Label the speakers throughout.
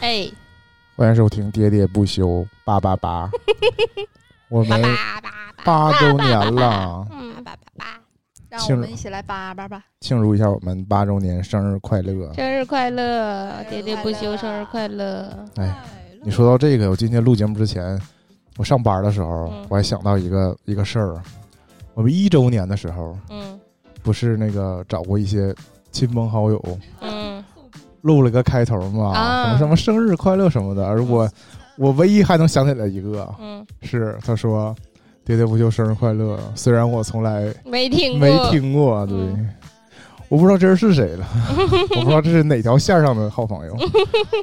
Speaker 1: 哎，
Speaker 2: 欢迎收听《喋喋不休》八八八， 我
Speaker 1: 叭
Speaker 2: 们
Speaker 1: 叭叭叭，
Speaker 2: 八周年了，
Speaker 1: 嗯，叭叭叭，
Speaker 3: 让
Speaker 2: 庆
Speaker 3: 我
Speaker 2: 祝
Speaker 3: 们一起来叭叭叭。
Speaker 2: 庆祝一下我们八周年生日快乐！
Speaker 1: 生日快乐，
Speaker 3: 生
Speaker 1: 喋
Speaker 3: 日
Speaker 1: 喋不休，生日快
Speaker 3: 快
Speaker 1: 乐。
Speaker 2: 哎，你说到这个，我今天录节目之前，我上班的时候，
Speaker 1: 嗯
Speaker 2: 我还想到一个一个事儿，我们一周年的时候，
Speaker 1: 嗯
Speaker 2: 不是那个找过一些亲朋好友，
Speaker 1: 嗯，
Speaker 2: 录了个开头嘛，
Speaker 1: 啊
Speaker 2: 什么什么生日快乐什么的，而我我唯一还能想起来一个
Speaker 1: 嗯，
Speaker 2: 是他说“喋喋不休，生日快乐”，虽然我从来
Speaker 1: 没听过，
Speaker 2: 没听过，对
Speaker 1: 嗯，
Speaker 2: 我不知道这人是谁 了，我不知道这是哪条线上的好朋友，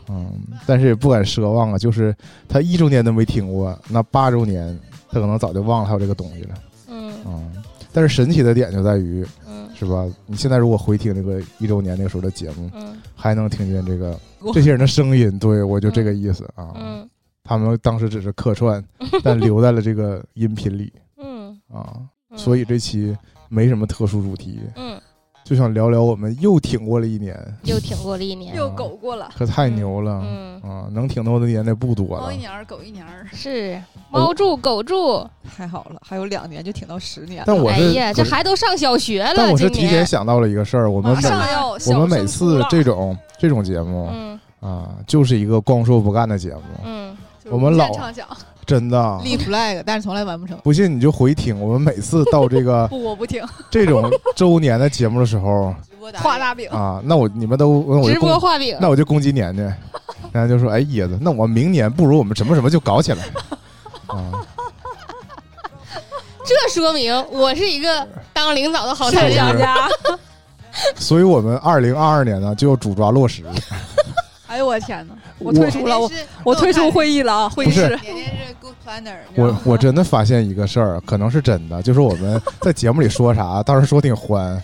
Speaker 2: 嗯，但是也不敢奢望啊，就是他一周年都没听过，那八周年他可能早就忘了还有这个东西了，
Speaker 1: 嗯
Speaker 2: 嗯，但是神奇的点就在于，
Speaker 1: 嗯
Speaker 2: 是吧？你现在如果回听这个一周年那个时候的节目，
Speaker 1: 嗯
Speaker 2: 还能听见这个
Speaker 3: 哇
Speaker 2: 这些人的声音，对我就这个意思啊，
Speaker 1: 嗯
Speaker 2: 他们当时只是客 串，但留在了这个音频里
Speaker 1: 嗯，
Speaker 2: 啊，所以这期没什么特殊主题。
Speaker 1: 嗯，
Speaker 2: 就想聊聊我们又挺过了一年，
Speaker 1: 又挺过了一年，
Speaker 3: 又狗过了，
Speaker 2: 可太牛了、
Speaker 1: 嗯，哦
Speaker 2: 啊！能挺到的年的不多
Speaker 3: 猫
Speaker 2: 了
Speaker 3: 一，年儿，狗一年儿，
Speaker 1: 是猫住狗住，
Speaker 4: 太好了，还有两年就挺到十年了。
Speaker 2: 但我
Speaker 1: 哎
Speaker 2: 是，
Speaker 1: 呀，
Speaker 2: 可
Speaker 1: 这
Speaker 2: 是
Speaker 1: 孩都上小学了，
Speaker 2: 但我是
Speaker 1: 今
Speaker 2: 提前
Speaker 1: 年
Speaker 2: 想到了一个事儿，我们
Speaker 3: 马
Speaker 2: 每
Speaker 3: 上要
Speaker 2: 我
Speaker 3: 小
Speaker 2: 们每
Speaker 3: 升初
Speaker 2: 次
Speaker 3: 了
Speaker 2: 这种这种节目、
Speaker 1: 嗯
Speaker 2: 啊，就是一个光说不干的节目，
Speaker 1: 嗯
Speaker 3: 就是
Speaker 2: 我们
Speaker 3: 无限
Speaker 2: 老啊
Speaker 3: 畅想，
Speaker 2: 真的。
Speaker 4: 立 flag，但是从来完不成。
Speaker 2: 不信你就回听，我们每次到这 个
Speaker 3: 不，我不听，
Speaker 2: 这种周年的节目的时候
Speaker 4: 直播
Speaker 3: 画大饼，
Speaker 2: 啊，那我你们都那我
Speaker 1: 直
Speaker 2: 就攻
Speaker 1: 播画饼，
Speaker 2: 那我就攻击 年年，然后就说哎椰子，那我明年不如我们什么什么就搞 起来啊，
Speaker 1: 这说明我是一个当领导的好
Speaker 2: 是
Speaker 1: 参
Speaker 2: 是
Speaker 1: 加。
Speaker 3: 家。
Speaker 2: 所以我们二零二二年呢就要主抓落实。
Speaker 3: 哎呦我天哪！
Speaker 2: 我
Speaker 3: 我退出了，我我退出会议了啊，会议
Speaker 2: 不是
Speaker 3: 室。
Speaker 4: 年年是 good planner，你知
Speaker 2: 我
Speaker 4: 道吗
Speaker 2: 我真的发现一个事儿，可能是真的，就是我们在节目里说啥， 当时说挺欢，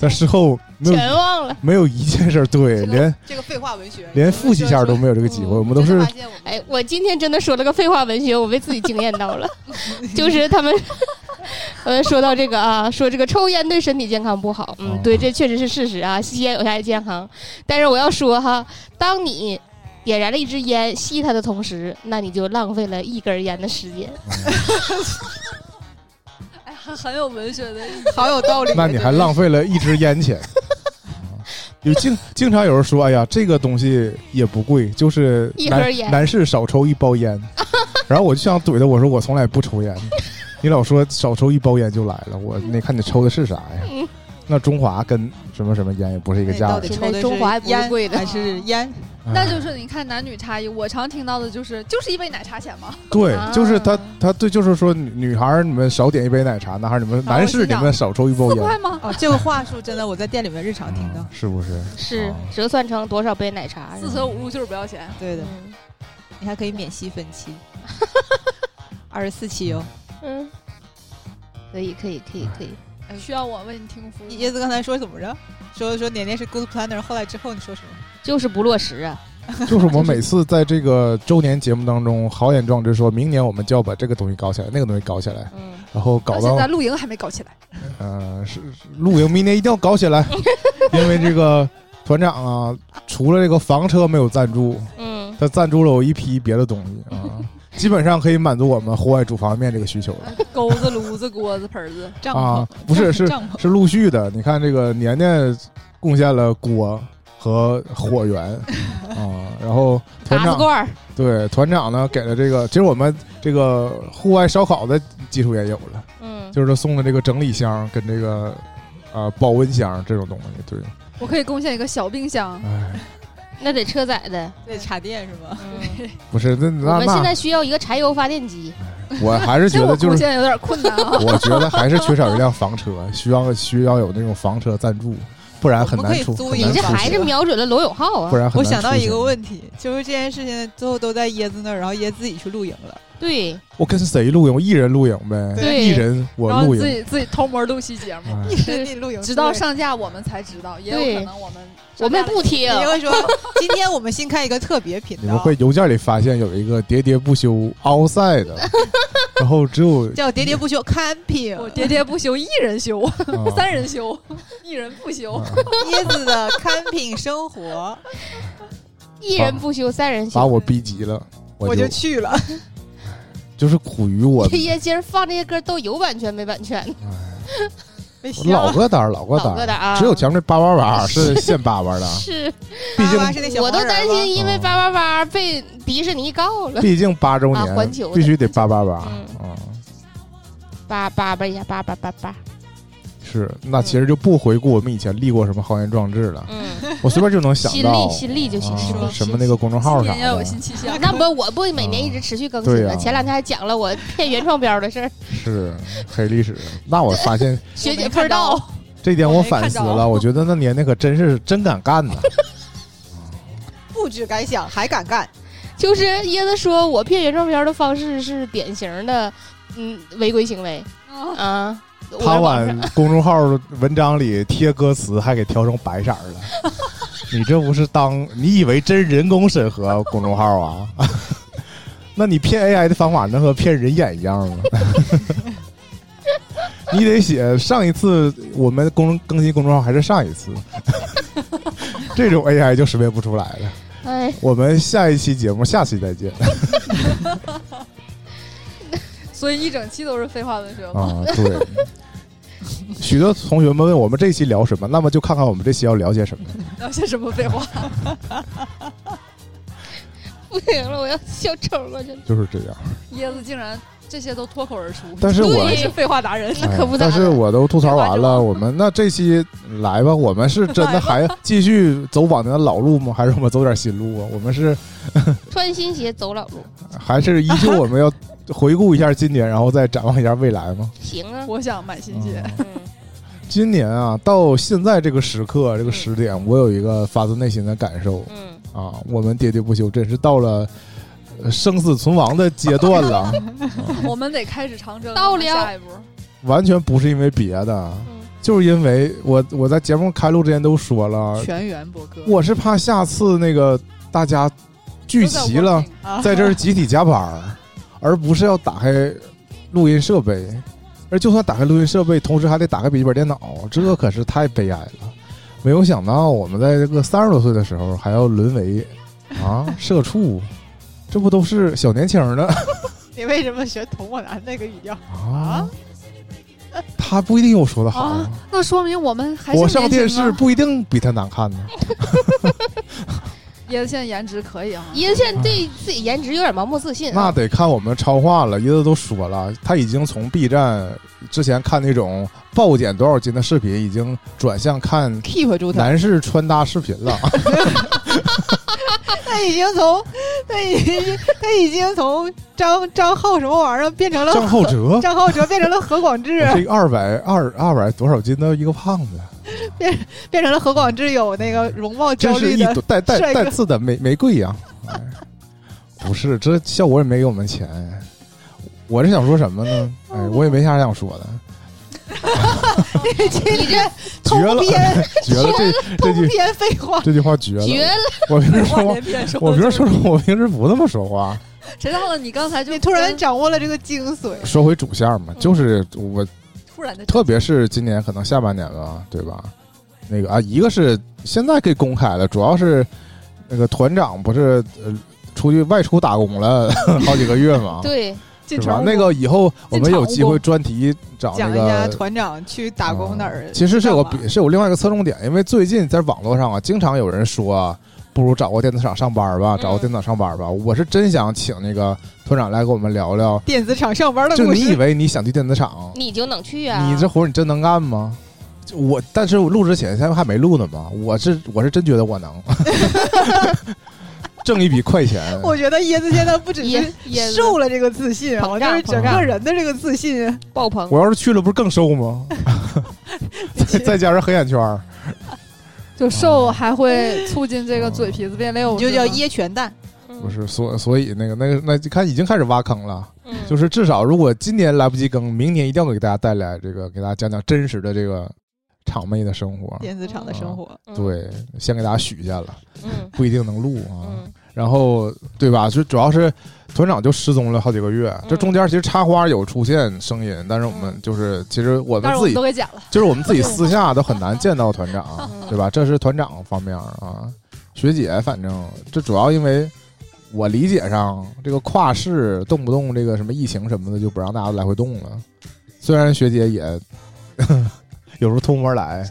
Speaker 2: 但事后没有
Speaker 1: 全忘了。
Speaker 2: 没有一件事儿对，
Speaker 4: 这个
Speaker 2: 连
Speaker 4: 这个废话文学，
Speaker 2: 连复习一下都没有这个机会，
Speaker 1: 嗯
Speaker 2: 我们都是
Speaker 4: 真的发现我们
Speaker 1: 哎，我今天真的说了个废话文学，我被自己惊艳到 了。就是他们， 呃，说到这个啊，说这个抽烟对身体健康不好，嗯
Speaker 2: 哦，
Speaker 1: 对，这确实是事实啊，吸烟有害健康。但是我要说哈，当你点燃了一支烟，吸它的同时，那你就浪费了一根烟的时间。
Speaker 3: 哎，很 很有文学的意义。
Speaker 4: 好有道理。
Speaker 2: 那你还浪费了一支 烟钱。有经经常有人说，哎呀，这个东西也不贵，就是
Speaker 1: 一盒
Speaker 2: 男
Speaker 1: 烟
Speaker 2: 男士少抽一包烟。然后我就想怼他，我说我从来不抽 烟，你老说少抽一包烟就来了，我那看你抽的是啥呀？
Speaker 1: 嗯
Speaker 2: 那中华跟什么什么烟也不是一个
Speaker 4: 费
Speaker 2: 价
Speaker 4: 哎到
Speaker 2: 儿
Speaker 4: 底
Speaker 1: 现
Speaker 4: 抽
Speaker 1: 在
Speaker 4: 的
Speaker 1: 中华还
Speaker 4: 是
Speaker 1: 不是
Speaker 4: 烟
Speaker 1: 贵的
Speaker 4: 还是 烟？
Speaker 2: 哎
Speaker 3: 那就是你看男女差异，我常听到的就是就是一杯奶茶钱嘛，
Speaker 2: 对
Speaker 1: 啊，
Speaker 2: 就是他他对，就是说女女孩儿你们少点一杯奶茶，男孩儿你们
Speaker 4: 啊
Speaker 2: 男士
Speaker 4: 我知
Speaker 2: 你
Speaker 4: 道
Speaker 2: 们少抽一包
Speaker 3: 四
Speaker 2: 烟，
Speaker 3: 块吗？
Speaker 4: 哦，这个话术真的我在店里面日常听到
Speaker 2: 嗯。是不是？
Speaker 1: 是
Speaker 2: 哦
Speaker 1: 折算成多少杯奶茶？
Speaker 3: 四舍五入就是不要钱。
Speaker 4: 对的，
Speaker 1: 嗯
Speaker 4: 你还可以免息分期， 二十四期哦。
Speaker 1: 嗯，可以可以可以可以。
Speaker 3: 哎需要我为你听服务？
Speaker 4: 椰子刚才说怎么着？说说年年是 good planner，后来之后你说什么？
Speaker 1: 就是不落实啊！
Speaker 2: 就是我每次在这个周年节目当中豪言壮志，说明年我们就要把这个东西搞起来，那个东西搞起来，
Speaker 1: 嗯，
Speaker 2: 然后搞
Speaker 3: 现
Speaker 2: 到
Speaker 3: 在露营还没搞起来，
Speaker 2: 呃是是露营，明年一定要搞 起来，因为这个团长啊，除了这个房车没有赞助，
Speaker 1: 嗯，
Speaker 2: 他赞助了我一批别的东西啊，基本上可以满足我们户外煮方便面这个需求了
Speaker 3: 钩子、炉子、锅子、盆子，
Speaker 4: 帐
Speaker 2: 啊
Speaker 4: 篷，
Speaker 2: 不是是
Speaker 4: 帐篷。
Speaker 2: 是陆续的。你看这个年年贡献了锅和火源啊，然后团
Speaker 1: 打
Speaker 2: 长
Speaker 1: 字罐儿，
Speaker 2: 对，团长呢给了这个，其实我们这个户外烧烤的基础也有了，
Speaker 1: 嗯，
Speaker 2: 就是送的这个整理箱跟这个啊保温箱这种东西。对，
Speaker 3: 我可以贡献一个小冰箱。
Speaker 2: 哎，
Speaker 1: 那得车载的。
Speaker 4: 对，插电是吗？
Speaker 1: 嗯
Speaker 2: 不是那
Speaker 1: 我
Speaker 2: 那
Speaker 1: 们现在
Speaker 2: 那，
Speaker 1: 需要一个柴油发电机。
Speaker 2: 我还是觉
Speaker 3: 这
Speaker 2: 得
Speaker 3: 我
Speaker 2: 就
Speaker 3: 贡
Speaker 2: 是，
Speaker 3: 献有点困难啊。
Speaker 2: 我觉得还是缺少一辆房车，需要需要有那种房车赞助，不然很
Speaker 4: 我们
Speaker 2: 难
Speaker 4: 可以
Speaker 2: 出。
Speaker 4: 租
Speaker 2: 很
Speaker 4: 一
Speaker 1: 你
Speaker 2: 难
Speaker 1: 这
Speaker 4: 辆
Speaker 2: 出
Speaker 1: 还
Speaker 2: 现
Speaker 1: 是瞄准了罗永浩
Speaker 2: 不
Speaker 1: 啊！
Speaker 2: 然很
Speaker 4: 我
Speaker 2: 难
Speaker 4: 想到
Speaker 2: 出
Speaker 4: 一个
Speaker 2: 现
Speaker 4: 问题，就是这件事情最后都在椰子那儿，然后椰子自己去露营 了。
Speaker 1: 对，
Speaker 2: 我跟谁露营？我一人露营呗，
Speaker 1: 对
Speaker 2: 一人 我
Speaker 3: 然后
Speaker 2: 露
Speaker 3: 自
Speaker 2: 营。
Speaker 3: 己自己偷摸录期节目，
Speaker 2: 哎
Speaker 4: 一 人得露营，
Speaker 3: 直到上架我们才知道，也有可能我们
Speaker 1: 我们不听
Speaker 4: 对。你会说，今天我们新开一个特别频
Speaker 2: 你们
Speaker 4: 道，
Speaker 2: 会邮件里发现有一个喋喋不休 outside 的，然后只有
Speaker 4: 叫喋喋不休 camping。
Speaker 3: 我喋喋不休，一人休，
Speaker 2: 啊
Speaker 3: 三 人 休，一人不休。
Speaker 2: 啊
Speaker 4: 椰子的 camping 生活，
Speaker 1: 一人不修三人
Speaker 2: 把
Speaker 1: 行。
Speaker 2: 我逼急了，我就
Speaker 4: 去了。
Speaker 2: 就是苦于我，哎
Speaker 1: 这些今儿放这些歌都有版权没版权？
Speaker 4: 没
Speaker 2: 我
Speaker 4: 希望
Speaker 2: 老个胆儿，老个
Speaker 1: 老
Speaker 2: 胆
Speaker 1: 哥
Speaker 2: 儿，
Speaker 1: 的啊，
Speaker 2: 只有前面八八八是现叭叭的，
Speaker 1: 是，
Speaker 2: 毕竟
Speaker 4: 八八是那小
Speaker 1: 我都
Speaker 4: 黄人
Speaker 1: 担
Speaker 4: 吗
Speaker 1: 心因为
Speaker 2: 嗯
Speaker 1: 八八八被迪士尼告了。
Speaker 2: 毕竟八周
Speaker 1: 啊
Speaker 2: 年，
Speaker 1: 环球的
Speaker 2: 必须得八八八，嗯，
Speaker 1: 叭叭叭一下，叭叭叭叭，
Speaker 2: 是，那其实就不回顾我们以前立过什么豪言壮志了，
Speaker 1: 嗯，
Speaker 2: 我随便就能想
Speaker 1: 心力
Speaker 2: 到，
Speaker 1: 心力就行，
Speaker 2: 啊
Speaker 1: 心力
Speaker 2: 什么那个公众号
Speaker 3: 今
Speaker 2: 啥
Speaker 3: 年要有
Speaker 2: 的，
Speaker 3: 新气象。
Speaker 1: 那不，我不每年一直持续更
Speaker 2: 对
Speaker 1: 新
Speaker 2: 呀
Speaker 1: 的。前两天还讲了我骗原创标的事儿，
Speaker 2: 是黑历史。那我发现
Speaker 1: 学姐
Speaker 4: 没
Speaker 1: 不知
Speaker 4: 看到
Speaker 1: 道，
Speaker 2: 这点，我
Speaker 4: 我没看
Speaker 2: 反思
Speaker 4: 着
Speaker 2: 了，我觉得那年那可真是真敢干呐，
Speaker 4: 不止敢想，还敢干。
Speaker 1: 就是椰子说我骗原创标的方式是典型的，嗯，违规行为
Speaker 3: 啊
Speaker 1: 啊。我
Speaker 2: 他
Speaker 1: 在网上
Speaker 2: 往公众号文章里贴歌词，还给调成白色儿了。你这不是当你以为真人工审核公众号啊？ 那你骗 AI 的方法能和骗人眼一样吗？ 你得写上一次我们公更新公众号还是上一次， 这种 AI 就识别不出来了。
Speaker 1: 哎，
Speaker 2: 我们下一期节目，下期再见
Speaker 3: 所以一整期都是废话文学嘛。
Speaker 2: 啊！对，许多同学们问我们这期聊什么，那么就看看我们这期要聊些什么。
Speaker 3: 聊些什么废话？
Speaker 1: 不行了，我要笑抽了，真的。
Speaker 2: 就是这样。
Speaker 3: 椰子竟然这些都脱口而出，
Speaker 2: 但是我
Speaker 3: 真是废话达人。
Speaker 1: 那可不
Speaker 2: 哎
Speaker 1: 咋
Speaker 2: 但
Speaker 1: 的
Speaker 2: 是我都吐槽完
Speaker 3: 这
Speaker 2: 了，
Speaker 3: 玩
Speaker 2: 我们那这期来吧，我们是真的还继续走往年的老路吗？还是我们走点新路啊？我们是
Speaker 1: 穿新鞋走老路，
Speaker 2: 还是依旧我们要回顾一下今年，然后再展望一下未来吗？
Speaker 1: 行啊。
Speaker 3: 我想买新鞋，
Speaker 2: 嗯
Speaker 1: 嗯，
Speaker 2: 今年啊，到现在这个时刻，这个时点，我有一个发自内心的感受
Speaker 1: 嗯，
Speaker 2: 啊，我们喋喋不休，真是到了呃生死存亡的阶段 了，嗯
Speaker 3: 我们得开始长征，
Speaker 1: 到了
Speaker 3: 下一步。
Speaker 2: 完全不是因为别的
Speaker 1: 嗯，
Speaker 2: 就是因为我我在节目开录之前都说了，
Speaker 4: 全员博哥，
Speaker 2: 我是怕下次那个大家聚齐了，
Speaker 4: 啊
Speaker 2: 在这儿集体加班 儿，而不是要打开录音设备。而就算打开录音设备，同时还得打开笔记本电脑，这可是太悲哀了。没有想到我们在这个三十多岁的时候还要沦为 啊社畜，这不都是小年轻儿呢？
Speaker 4: 你为什么学童我男那个语调？
Speaker 2: 啊，他不一定有说的好啊、
Speaker 3: 啊那说明我们还是
Speaker 2: 我上
Speaker 3: 年轻
Speaker 2: 电
Speaker 3: 啊
Speaker 2: 视不一定比他难看呢。
Speaker 3: 椰子现在颜值可以啊，
Speaker 1: 爷现在
Speaker 2: 嗯
Speaker 1: 对自己颜值有点盲目自信
Speaker 2: 那
Speaker 1: 啊。
Speaker 2: 得看我们超话了，椰子都说了，他已经从 B 站之前看那种暴减多少斤的视频，已经转向看
Speaker 4: keep 住他，
Speaker 2: 男士穿搭视频 了。
Speaker 4: 他已经从他已经他已经从张张浩什么玩意儿变成了，
Speaker 2: 张浩哲
Speaker 4: 张浩哲变成了何广智，
Speaker 2: 我是一个二百二二百多少斤的一个胖子，
Speaker 4: 变成了何广智有那个容貌
Speaker 2: 真
Speaker 4: 焦
Speaker 2: 是
Speaker 4: 虑
Speaker 2: 一
Speaker 4: 的
Speaker 2: 朵带带
Speaker 4: 帅哥
Speaker 2: 带刺的玫玫瑰呀、哎不是，这效果也没给我们钱。我是想说什么呢？哎，我也没啥想说的，
Speaker 4: 这这
Speaker 2: 绝了
Speaker 4: 通篇
Speaker 2: 绝了！这这
Speaker 4: 通
Speaker 2: 句
Speaker 4: 篇废话。
Speaker 2: 这句话绝了！
Speaker 1: 绝了，
Speaker 2: 我平时说话，
Speaker 4: 说
Speaker 2: 我平时说我平时不那么说话。
Speaker 3: 谁到了你刚才就
Speaker 4: 你突然
Speaker 3: 跟
Speaker 4: 掌握了这个精髓，
Speaker 2: 说回主线嘛，
Speaker 1: 嗯
Speaker 2: 就是我，
Speaker 3: 突然的
Speaker 2: 特别是今年可能下半年了，对吧？那个啊，一个是现在可以公开了，主要是那个团长不是呃出去外出打工了 好几个月嘛，
Speaker 1: 对，
Speaker 4: 进
Speaker 2: 是吧
Speaker 4: 城？
Speaker 2: 那个以后我们有机
Speaker 4: 进厂务
Speaker 2: 会专题找那
Speaker 4: 讲一下
Speaker 2: 个啊
Speaker 4: 团长去打工哪
Speaker 1: 呃
Speaker 4: 儿？
Speaker 2: 其实是有个
Speaker 4: 干嘛
Speaker 2: 比是有另外一个侧重点，因为最近在网络上啊，经常有人说、啊，不如找个电子厂上班儿吧，找个
Speaker 1: 嗯
Speaker 2: 电子厂上班儿吧。我是真想请那个团长来跟我们聊聊，
Speaker 4: 电子厂上班的
Speaker 2: 就
Speaker 4: 故
Speaker 2: 你以
Speaker 4: 事。
Speaker 2: 为你想去电子厂，
Speaker 1: 你就能去啊。
Speaker 2: 你这活儿你真能干吗？就我，但是我录之前现在还没录呢嘛，我是我是真觉得我能 挣一笔快钱。
Speaker 4: 我觉得椰子现在不只
Speaker 1: 椰
Speaker 4: 是
Speaker 1: 椰子
Speaker 4: 受了这个自信啊，
Speaker 1: 膨
Speaker 4: 就
Speaker 1: 胀
Speaker 4: 是整个人的这个自信。
Speaker 1: 爆棚，
Speaker 2: 我要是去了，不是更瘦 吗？再 再加上黑眼圈儿，
Speaker 3: 就瘦，还会促进这个嘴皮子变溜，
Speaker 4: 你就叫
Speaker 3: 是吗
Speaker 4: 椰全蛋，
Speaker 2: 不是所所以那个那个那看已经开始挖坑了，
Speaker 1: 嗯，
Speaker 2: 就是是至少如果今年来不及更，明年一定要给大家带来这个，给大家讲讲真实的这个厂妹的生活。
Speaker 4: 电子厂的
Speaker 2: 啊
Speaker 4: 生活。
Speaker 2: 对，先给大家许下了，
Speaker 1: 嗯
Speaker 2: 不一定能录啊。
Speaker 1: 嗯
Speaker 2: 然后对吧？就主要是团长就失踪了好几个月，这中间其实插花有出现声音，但是我们就是其实我们
Speaker 3: 但是
Speaker 2: 自
Speaker 3: 我们
Speaker 2: 己
Speaker 3: 都给剪了。
Speaker 2: 就是我们自己私下都很难见到团长
Speaker 1: 嗯，
Speaker 2: 对吧？这是团长方面啊，学姐，反正这主要因为我理解上，这个跨市动不动这个什么疫情什么的就不让大家来回动了。虽然学姐也 有时候偷摸来，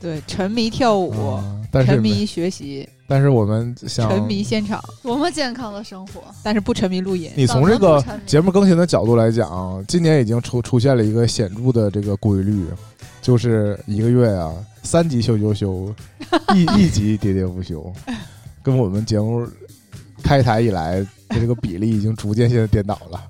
Speaker 4: 对，沉迷跳舞，
Speaker 2: 嗯但
Speaker 4: 沉
Speaker 2: 是
Speaker 4: 迷学习，
Speaker 2: 但是我们想，
Speaker 4: 沉迷现场，
Speaker 3: 多么健康的生活！
Speaker 4: 但是不沉迷录音。
Speaker 2: 你从这
Speaker 3: 早上
Speaker 2: 个
Speaker 3: 不沉迷
Speaker 2: 节目更新的角度来讲，今年已经出出现了一个显著的这个规律，就是一个月啊，三集休休休， 一一集喋喋不休，跟我们节目开台以来的这个比例已经逐渐现在颠倒了。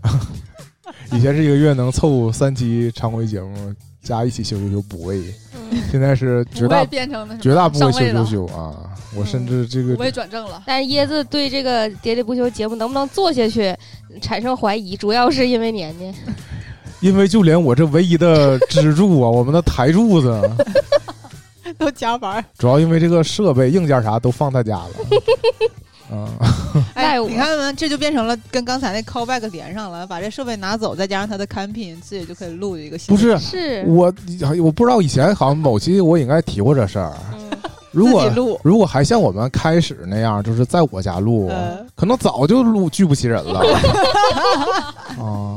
Speaker 2: 以前是一个月能凑三期常规节目加一期休休休补位，
Speaker 1: 嗯
Speaker 2: 现在是绝
Speaker 3: 不会
Speaker 2: 大
Speaker 3: 变成那什么
Speaker 2: 绝大部分休
Speaker 3: 上位
Speaker 2: 休
Speaker 3: 了嗯
Speaker 2: 休啊！我甚至这个
Speaker 3: 我也转正了。
Speaker 1: 但是椰子对这个喋喋不休节目能不能做下去产生怀疑，主要是因为年年
Speaker 2: 因为就连我这唯一的支柱啊，我们的台柱子。啊
Speaker 4: 都加班 儿。
Speaker 2: 主要因为这个设备、硬件啥都放他 家了。嗯，
Speaker 1: 赖我
Speaker 4: 哎你看没？这就变成了跟刚才那 callback 连上了，把这设备拿走，再加上它的看品，自己就可以录一个新
Speaker 2: 不
Speaker 4: 的。
Speaker 2: 是
Speaker 1: 是，
Speaker 2: 我，我不知道以前好像某期我应该提过这事儿。
Speaker 1: 嗯
Speaker 2: 如果
Speaker 4: 自己录
Speaker 2: 如果还像我们开始那样，就是在我家录，
Speaker 4: 呃
Speaker 2: 可能早就录聚不齐人 了。啊，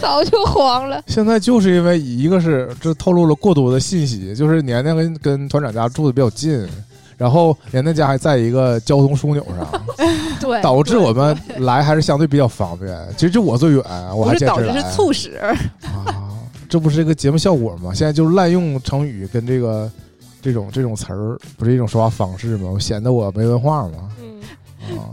Speaker 1: 早就黄了。
Speaker 2: 现在就是因为一个是这透露了过多的信息，就是年年跟跟团长家住的比较近，然后年年家还在一个交通枢纽上，
Speaker 3: 对，
Speaker 4: 哎
Speaker 2: 导致我们 来还是相对比较方便。其实就我最远，我还
Speaker 4: 不是
Speaker 2: 坚
Speaker 4: 导
Speaker 2: 持
Speaker 4: 致
Speaker 2: 来。
Speaker 4: 是促 使，
Speaker 2: 啊，这不是一个节目效果吗？现在就是滥用成语跟这个这种这种词儿，不是一种说话方式吗？显得我没文化吗？
Speaker 1: 嗯，
Speaker 2: 啊，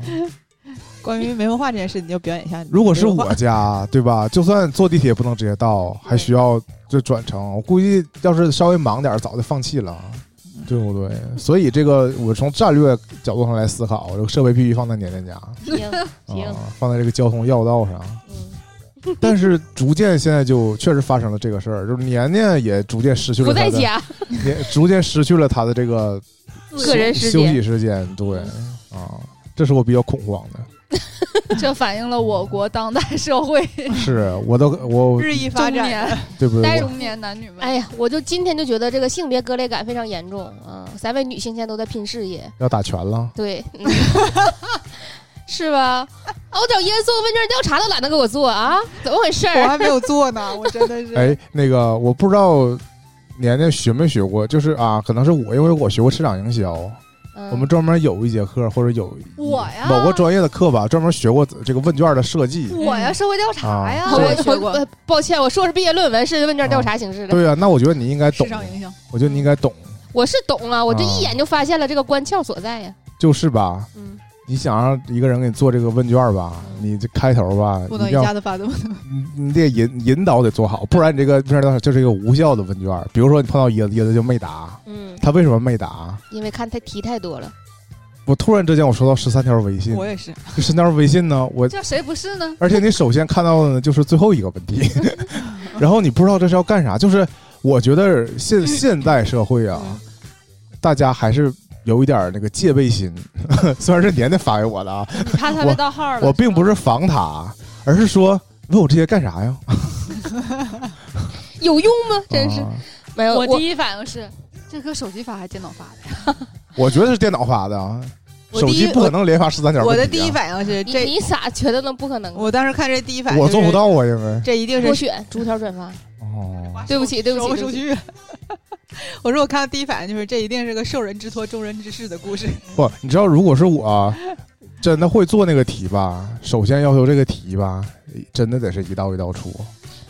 Speaker 4: 关于没文化这件事，你就表演一下你的
Speaker 2: 如果是
Speaker 4: 文化
Speaker 2: 我家，对吧？就算坐地铁不能直接到，还需要就转乘，我估计要是稍微忙点儿，早就放弃了。对不对？所以这个我从战略角度上来思考，这个设备必须放在年年家，
Speaker 1: 行行
Speaker 2: 啊，，放在这个交通要道上。
Speaker 1: 嗯，
Speaker 2: 但是逐渐现在就确实发生了这个事儿，就是年年也逐渐失去了
Speaker 1: 不
Speaker 2: 它
Speaker 1: 在
Speaker 2: 的
Speaker 1: 家，
Speaker 2: 也逐渐失去了他的这个
Speaker 1: 个人时
Speaker 2: 休息
Speaker 1: 间，
Speaker 2: 时间，对
Speaker 1: 嗯
Speaker 2: 啊，这是我比较恐慌的。
Speaker 3: 这反映了我国当代社 会
Speaker 2: 是我都 我
Speaker 4: 日益
Speaker 3: 中
Speaker 4: 发展，
Speaker 3: 年
Speaker 2: 对不对？我
Speaker 3: 中年男女们。
Speaker 1: 哎，呀，我就今天就觉得这个性别割裂感非常严重啊！三位女性现在都在拼事业，
Speaker 2: 要打拳了，
Speaker 1: 对，嗯是吧？啊我找椰子做问卷调查都懒得给我做啊，怎么回事
Speaker 4: 我
Speaker 1: 儿？
Speaker 4: 还没有做呢，我真的是。
Speaker 2: 哎，那个我不知道年年学没学过，就是啊，可能是我，因为我学过市场营销，
Speaker 1: 嗯
Speaker 2: 我们专门有一节课或者有
Speaker 3: 我呀
Speaker 2: 某个专业的课吧，专门学过这个问卷的设计。
Speaker 3: 我呀，
Speaker 4: 嗯
Speaker 3: 社会调查呀
Speaker 1: 啊，
Speaker 4: 我
Speaker 1: 我
Speaker 4: 也学过
Speaker 1: 我抱歉，我硕士毕业论文是问卷调查形式的，
Speaker 2: 对啊，那我觉得你应该懂
Speaker 3: 市，场影响。
Speaker 2: 我觉得你应该懂，
Speaker 1: 我是懂啊，我这
Speaker 2: 啊
Speaker 1: 一眼就发现了这个关窍所在呀。
Speaker 2: 就是吧？
Speaker 1: 嗯，
Speaker 2: 你想让一个人给你做这个问卷吧，你这开头吧，
Speaker 4: 不
Speaker 2: 一
Speaker 4: 能
Speaker 2: 定
Speaker 4: 一
Speaker 2: 要
Speaker 4: 下子把这么多。
Speaker 2: 你你得引引导得做好，不然你这个问卷就是一个无效的问卷。比如说你碰到椰子，椰子就没答，
Speaker 1: 嗯，
Speaker 2: 他为什么没答？
Speaker 1: 因为看他题太多了，
Speaker 2: 我突然之间我收到十三条微信
Speaker 4: 我，也是，
Speaker 2: 这十三条微信呢，我
Speaker 3: 这谁不是呢？
Speaker 2: 而且你首先看到的呢就是最后一个问 题，然后你不知道这是要干啥。就是我觉得
Speaker 4: 嗯
Speaker 2: 现现代社会啊，大家还是有一点那个戒备心， 虽然是年年发给我的啊，
Speaker 3: 你怕他
Speaker 2: 我
Speaker 3: 被盗号
Speaker 4: 嗯
Speaker 3: 了？
Speaker 2: 我并不是防他，啊而是说问我这些干啥呀？
Speaker 1: 有用吗？真是
Speaker 2: 啊
Speaker 1: 没有
Speaker 3: 吧，我
Speaker 1: 我
Speaker 3: 第一反应是，这搁手机发还是电脑发的呀？
Speaker 2: 我觉得是电脑发的啊，
Speaker 4: 我
Speaker 2: 手
Speaker 4: 第一
Speaker 2: 机不可能连发十三条、
Speaker 4: 我的第一，反应是
Speaker 1: 你
Speaker 4: 这，
Speaker 1: 你咋觉得能不可能？
Speaker 4: 我当时看这第一反应，
Speaker 2: 我做不，到啊，因为
Speaker 4: 这一定
Speaker 1: 我
Speaker 4: 是
Speaker 1: 选逐条转发，
Speaker 2: 哦，
Speaker 1: 对不起对不起
Speaker 4: 收
Speaker 1: 对
Speaker 4: 数
Speaker 1: 不起
Speaker 4: 据。 我说我看到第一反应就是这一定是个受人之托、忠人之事的故事。
Speaker 2: 不，你知道，如果是我啊真的会做那个题吧，首先要求这个题吧，真的得是一道一道出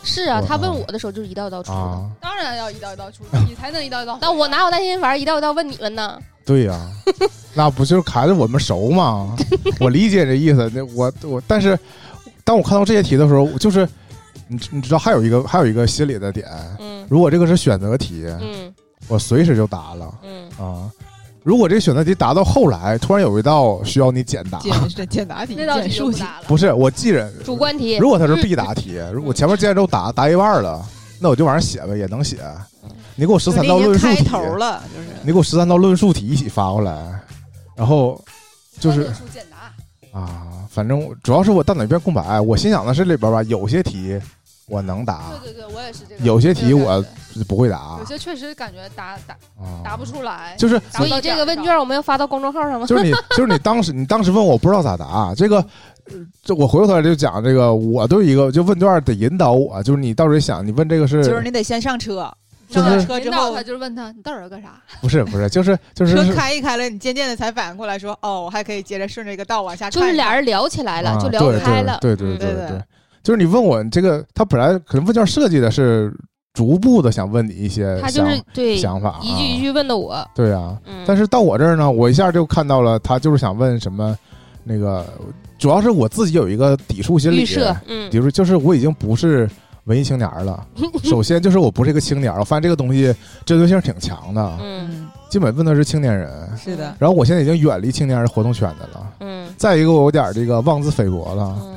Speaker 1: 是啊，
Speaker 2: 我
Speaker 1: 他问我的时候就是一道一道出的，
Speaker 2: 啊，
Speaker 3: 当然要一道一道出，你才能一道一道回 答。
Speaker 1: 那我哪有耐心玩一道一道问你们呢？
Speaker 2: 对呀、那不就是孩子我们熟吗？我理解这意思，那我我，但是当我看到这些题的时候，就是你你知道还有一个还有一个心理的点，
Speaker 1: 嗯
Speaker 2: 如果这个是选择题，
Speaker 1: 嗯
Speaker 2: 我随时就答了。
Speaker 1: 嗯，
Speaker 2: 啊。如果这选择题答到后来，突然有一道需要你简答，
Speaker 4: 简简简答题，
Speaker 3: 那道
Speaker 1: 哎
Speaker 4: 简
Speaker 3: 题就
Speaker 4: 述
Speaker 3: 不
Speaker 4: 题，
Speaker 3: 答了。
Speaker 2: 不是我记着，
Speaker 1: 主观题
Speaker 2: 如果它是必答题，如果前面既然都答答一半了，那我就往上写呗，也能写。你给我十
Speaker 4: 就是
Speaker 2: 三
Speaker 4: 你
Speaker 2: 道
Speaker 4: 已经
Speaker 2: 论述
Speaker 4: 开
Speaker 2: 题，
Speaker 4: 头了，就是
Speaker 2: 你给我十三道论述题一起发过来，然后就是啊
Speaker 3: 论述简答，
Speaker 2: 哎啊，反正我主要是我大脑一片空白，我心想的是里边吧，有些题我能答
Speaker 3: 对，对对，我也是这个。
Speaker 2: 有些题
Speaker 3: 这个感
Speaker 2: 我
Speaker 3: 觉
Speaker 2: 不会答
Speaker 3: 有，些确实感觉答答
Speaker 2: 啊
Speaker 3: 答不出来，
Speaker 2: 就是
Speaker 1: 所
Speaker 3: 答不
Speaker 1: 以
Speaker 3: 到
Speaker 1: 这个问
Speaker 3: 点
Speaker 1: 卷
Speaker 3: 上
Speaker 1: 我们要发到公众号上吗？
Speaker 2: 就是 你就是你当时你当时问我，我不知道咋答。这个，呃这我回过头来就讲这个，我对一个就问卷得引导我，就是你到底想你问这个是
Speaker 4: 就是你得先上车，
Speaker 2: 就
Speaker 4: 上
Speaker 2: 是
Speaker 4: 了车之
Speaker 3: 引导
Speaker 4: 后
Speaker 3: 他，就是问他你到底要干啥？
Speaker 2: 不是不是就是就是
Speaker 4: 车
Speaker 2: 是
Speaker 4: 开一开了，你渐渐的才反应过来说，哦，我还可以接着顺着一个道往下看一
Speaker 1: 就
Speaker 4: 看。
Speaker 1: 是俩人聊起来了，
Speaker 2: 啊
Speaker 1: 就聊开了。
Speaker 2: 对对
Speaker 1: 嗯
Speaker 2: 对
Speaker 4: 对对
Speaker 2: 对，就是你问我这个，他本来可能问卷设计的是逐步的想问你一些
Speaker 1: 他就
Speaker 2: 想
Speaker 1: 是对一
Speaker 2: 想法，
Speaker 1: 句一
Speaker 2: 句，
Speaker 1: 句问的我。
Speaker 2: 对啊。
Speaker 1: 嗯，
Speaker 2: 但是到我这儿呢，我一下就看到了，他就是想问什么，那个主要是我自己有一个抵触心理，
Speaker 1: 预设，嗯
Speaker 2: 比，如就是我已经不是文艺青年儿 了。首先就是我不是一个青年儿，我发现这个东西针对性挺强的，
Speaker 1: 嗯
Speaker 4: 嗯，
Speaker 2: 基本问的是青年人。
Speaker 4: 是的，
Speaker 2: 然后我现在已经远离青年人活动圈子了。
Speaker 1: 嗯
Speaker 2: 再一个，我有点儿这个妄自菲薄了。
Speaker 1: 嗯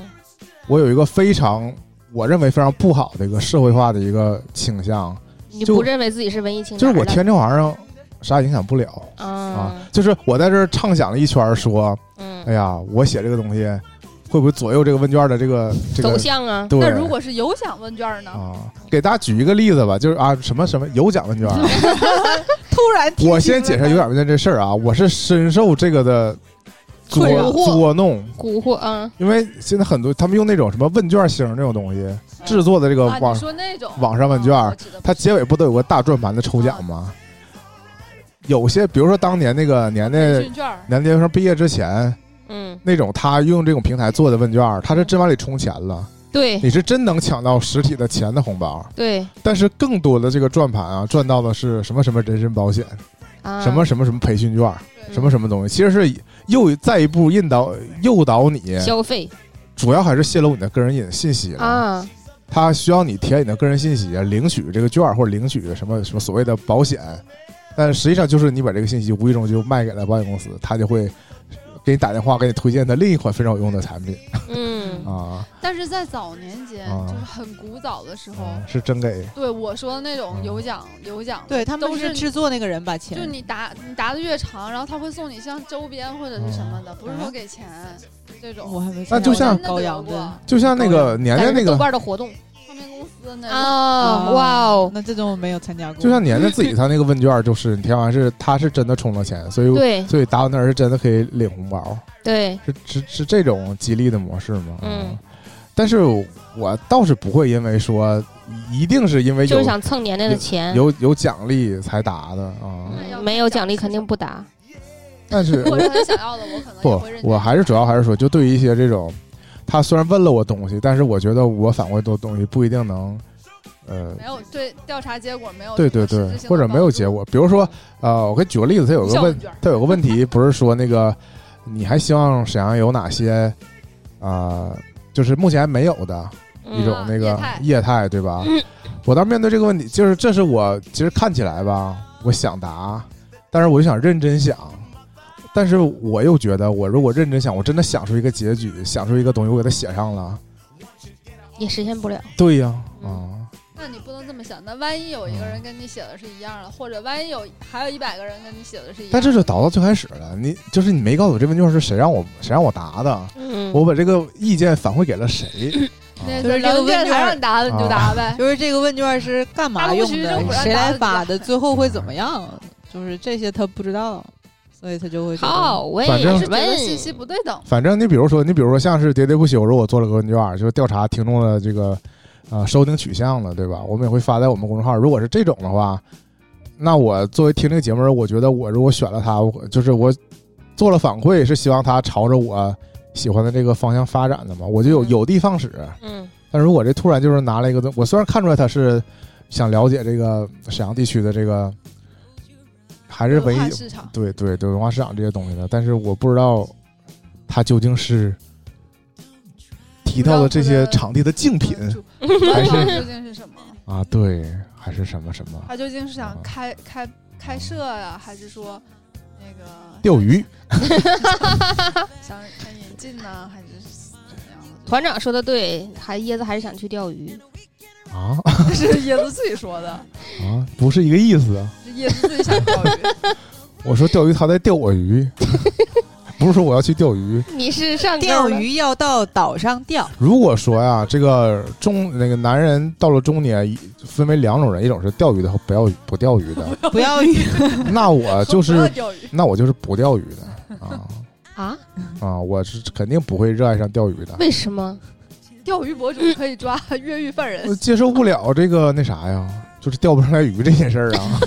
Speaker 2: 我有一个非常我认为非常不好的一个社会化的一个倾向，
Speaker 1: 你
Speaker 2: 就
Speaker 1: 不认为自己是文艺青
Speaker 2: 就
Speaker 1: 年了？
Speaker 2: 是我天这玩意儿啥也影响不了
Speaker 3: 嗯
Speaker 2: 啊
Speaker 1: 啊。，
Speaker 2: 就是我在这儿畅想了一圈儿，说，哎
Speaker 1: 嗯，
Speaker 2: 呀，我写这个东西会不会左右这个问卷的这个这
Speaker 1: 走
Speaker 2: 个
Speaker 1: 向啊，
Speaker 2: 对
Speaker 3: 那如果是有奖问卷呢？
Speaker 2: 啊，给大家举一个例子吧，就是啊，什么什么有奖问卷啊，
Speaker 4: 突然提
Speaker 2: 我
Speaker 4: 醒
Speaker 2: 先
Speaker 4: 了
Speaker 2: 解释
Speaker 4: 他
Speaker 2: 有奖问卷这事儿啊，我是深受这个的捉
Speaker 4: 困扰
Speaker 2: 捉弄，
Speaker 1: 蛊惑啊，
Speaker 2: 因为现在很多他们用那种什么问卷型这种东西制作的这个
Speaker 3: 嗯啊，
Speaker 2: 网
Speaker 3: 你，说那种
Speaker 2: 网上问卷
Speaker 3: 啊我知道
Speaker 2: 它结尾不都有个大转盘的抽奖吗？有些比如说当年那个年代
Speaker 3: 培训卷儿
Speaker 2: 男研究生毕业之前
Speaker 1: 嗯，
Speaker 2: 那种，他用这种平台做的问卷，他是真往里充钱了，
Speaker 1: 对
Speaker 3: 哎
Speaker 2: 你是真能抢到实体的钱的红包。
Speaker 1: 对
Speaker 2: 但是更多的这个转盘啊，赚到的是什么什么人身保险，
Speaker 1: 啊，
Speaker 2: 什么什么什么培训券，
Speaker 3: 嗯对
Speaker 2: 什么什么东西，其实是又再一步引导诱导你，
Speaker 1: 消费
Speaker 2: 主要还是泄露你的个人隐信息了。
Speaker 1: 啊，
Speaker 2: 他需要你填你的个人信息，领取这个券或者领取什么什么所谓的保险，但实际上就是你把这个信息无意中就卖给了保险公司，他就会给你打电话，给你推荐他另一款非常有用的产品
Speaker 1: 嗯
Speaker 2: 啊
Speaker 3: 但是在早年间，
Speaker 2: 啊
Speaker 3: 就是很古早的时候，
Speaker 2: 啊，是真给
Speaker 3: 对我说的那种
Speaker 2: 嗯
Speaker 3: 有奖有奖，
Speaker 4: 对他们
Speaker 3: 都
Speaker 4: 是
Speaker 3: 是
Speaker 4: 制作那个人把
Speaker 3: 就
Speaker 4: 钱，
Speaker 3: 你答你答的越长，然后他会送你像周边或者是什么的，不是说给钱这
Speaker 4: 我
Speaker 3: 种。
Speaker 4: 还没
Speaker 2: 那
Speaker 4: 见
Speaker 2: 就
Speaker 4: 过
Speaker 2: 像
Speaker 4: 高阳的，
Speaker 2: 就像那个年年那
Speaker 1: 豆
Speaker 2: 个，
Speaker 1: 瓣的活动
Speaker 3: 唱片公司嗯那种，
Speaker 1: 啊，
Speaker 4: 啊
Speaker 1: 哇哦，
Speaker 4: 那这种我没有参加过，
Speaker 2: 就像年年自己他那个问卷，就是你填完是他是真的充了钱，所以
Speaker 1: 对
Speaker 2: 所以答完那儿是真的可以领红包，
Speaker 1: 对，
Speaker 2: 是是是这种激励的模式吗？啊
Speaker 1: 嗯，
Speaker 2: 但是我倒是不会因为说一定是因为
Speaker 1: 就
Speaker 2: 有
Speaker 1: 是想蹭年年的钱，
Speaker 2: 有有奖励才答的啊，
Speaker 3: 嗯
Speaker 1: 嗯没有奖励肯定不打。
Speaker 2: 但是
Speaker 3: 我是很想要的，我可能也
Speaker 2: 不
Speaker 3: 会认，真
Speaker 2: 我还是主要还是说，就对于一些这种，他虽然问了我东西，但是我觉得我反馈的东西不一定能，呃，
Speaker 3: 没有对调查结果没有
Speaker 2: 对
Speaker 3: 什
Speaker 2: 对
Speaker 3: 么
Speaker 2: 对
Speaker 3: 实质，性的
Speaker 2: 或者没有结果。比如说，呃，我给你举个例子，他有个
Speaker 3: 效
Speaker 2: 问
Speaker 3: 卷儿，
Speaker 2: 他有个问题，不是说那个，你还希望沈阳有哪些，啊、就是目前还没有的一种
Speaker 1: 嗯
Speaker 2: 那个
Speaker 3: 业态
Speaker 2: 业态，对吧
Speaker 1: 嗯？
Speaker 2: 我当时面对这个问题，就是这是我其实看起来吧，我想答，但是我就想认真想。但是我又觉得，我如果认真想，我真的想出一个结局，想出一个东西，我给它写上了。
Speaker 1: 嗯也实现不了。
Speaker 2: 对呀，
Speaker 1: 嗯
Speaker 2: 啊、
Speaker 3: 那你不能这么想，那万一有一个人跟你写的是一样的，或者万一有还有一百个人跟你写的是一样的，
Speaker 2: 但这就倒到最开始了。你就是你没告诉我这问卷是谁让我谁让我答的，
Speaker 1: 嗯，
Speaker 2: 我把这个意见反馈给 了谁？
Speaker 3: 那
Speaker 2: 啊
Speaker 4: 就是这个
Speaker 3: 人家
Speaker 4: 问卷
Speaker 3: 还让你答的你就答呗，
Speaker 4: 就是这个问卷是干嘛用
Speaker 3: 大陆区政
Speaker 4: 的
Speaker 3: 府，让
Speaker 4: 谁
Speaker 3: 大
Speaker 4: 来
Speaker 3: 家
Speaker 4: 发
Speaker 3: 知
Speaker 4: 的，最后会怎么样，就是这些他不知道，所以他就会觉得
Speaker 1: 好，我也
Speaker 2: 反正
Speaker 1: 问
Speaker 3: 我是觉
Speaker 4: 嗯
Speaker 3: 得信息不对等。
Speaker 2: 反正你比如说，你比如说像是喋喋不休，如果我做了个问卷，就是调查听众的这个呃收听取向了，对吧？我们也会发在我们公众号。如果是这种的话，那我作为听这个节目人，我觉得我如果选了他，我就是我做了反馈，是希望他朝着我喜欢的这个方向发展的嘛，我就有
Speaker 1: 嗯
Speaker 2: 有的放矢。
Speaker 1: 嗯
Speaker 2: 但如果这突然就是拿了一个东，我虽然看出来他是想了解这个沈阳地区的这个，还是文
Speaker 3: 文化
Speaker 2: 艺
Speaker 3: 市场，
Speaker 2: 对对对文化市场这些东西的，但是我不知道他究竟是提到的这些场地的竞品
Speaker 3: 嗯主
Speaker 2: 还
Speaker 3: 文
Speaker 2: 是
Speaker 3: 化究竟是什么？
Speaker 2: 啊，对，还是什么什么
Speaker 3: 他究竟是想
Speaker 2: 嗯
Speaker 3: 开开开设呀、还是说那个
Speaker 2: 钓鱼，
Speaker 3: 想想引进呢、还是怎么样的？
Speaker 1: 团长说的对，还椰子还是想去钓鱼。
Speaker 2: 啊
Speaker 3: 这 是椰子自己说的，
Speaker 2: 啊，不是一个意思啊。
Speaker 3: 是椰子自己想钓鱼。
Speaker 2: 我说钓鱼，他在钓我鱼， 不是说我要去钓鱼。
Speaker 1: 你是上钩
Speaker 4: 钓
Speaker 1: 了，
Speaker 4: 鱼要到岛上钓，
Speaker 2: 如果说呀，这个中那个男人到了中年，一分为两种人，一种是钓鱼的和不要不钓鱼的。
Speaker 4: 不 要鱼。
Speaker 2: 那我就
Speaker 3: 不要
Speaker 2: 是
Speaker 3: 钓鱼，
Speaker 2: 那我就是不钓鱼的啊
Speaker 1: 啊？
Speaker 2: 啊！我是肯定不会热爱上钓鱼的，
Speaker 1: 为什么？
Speaker 3: 钓鱼博主可以抓越狱犯人
Speaker 2: 我，接受不了这个那啥呀，就是钓不上来鱼这件事儿 啊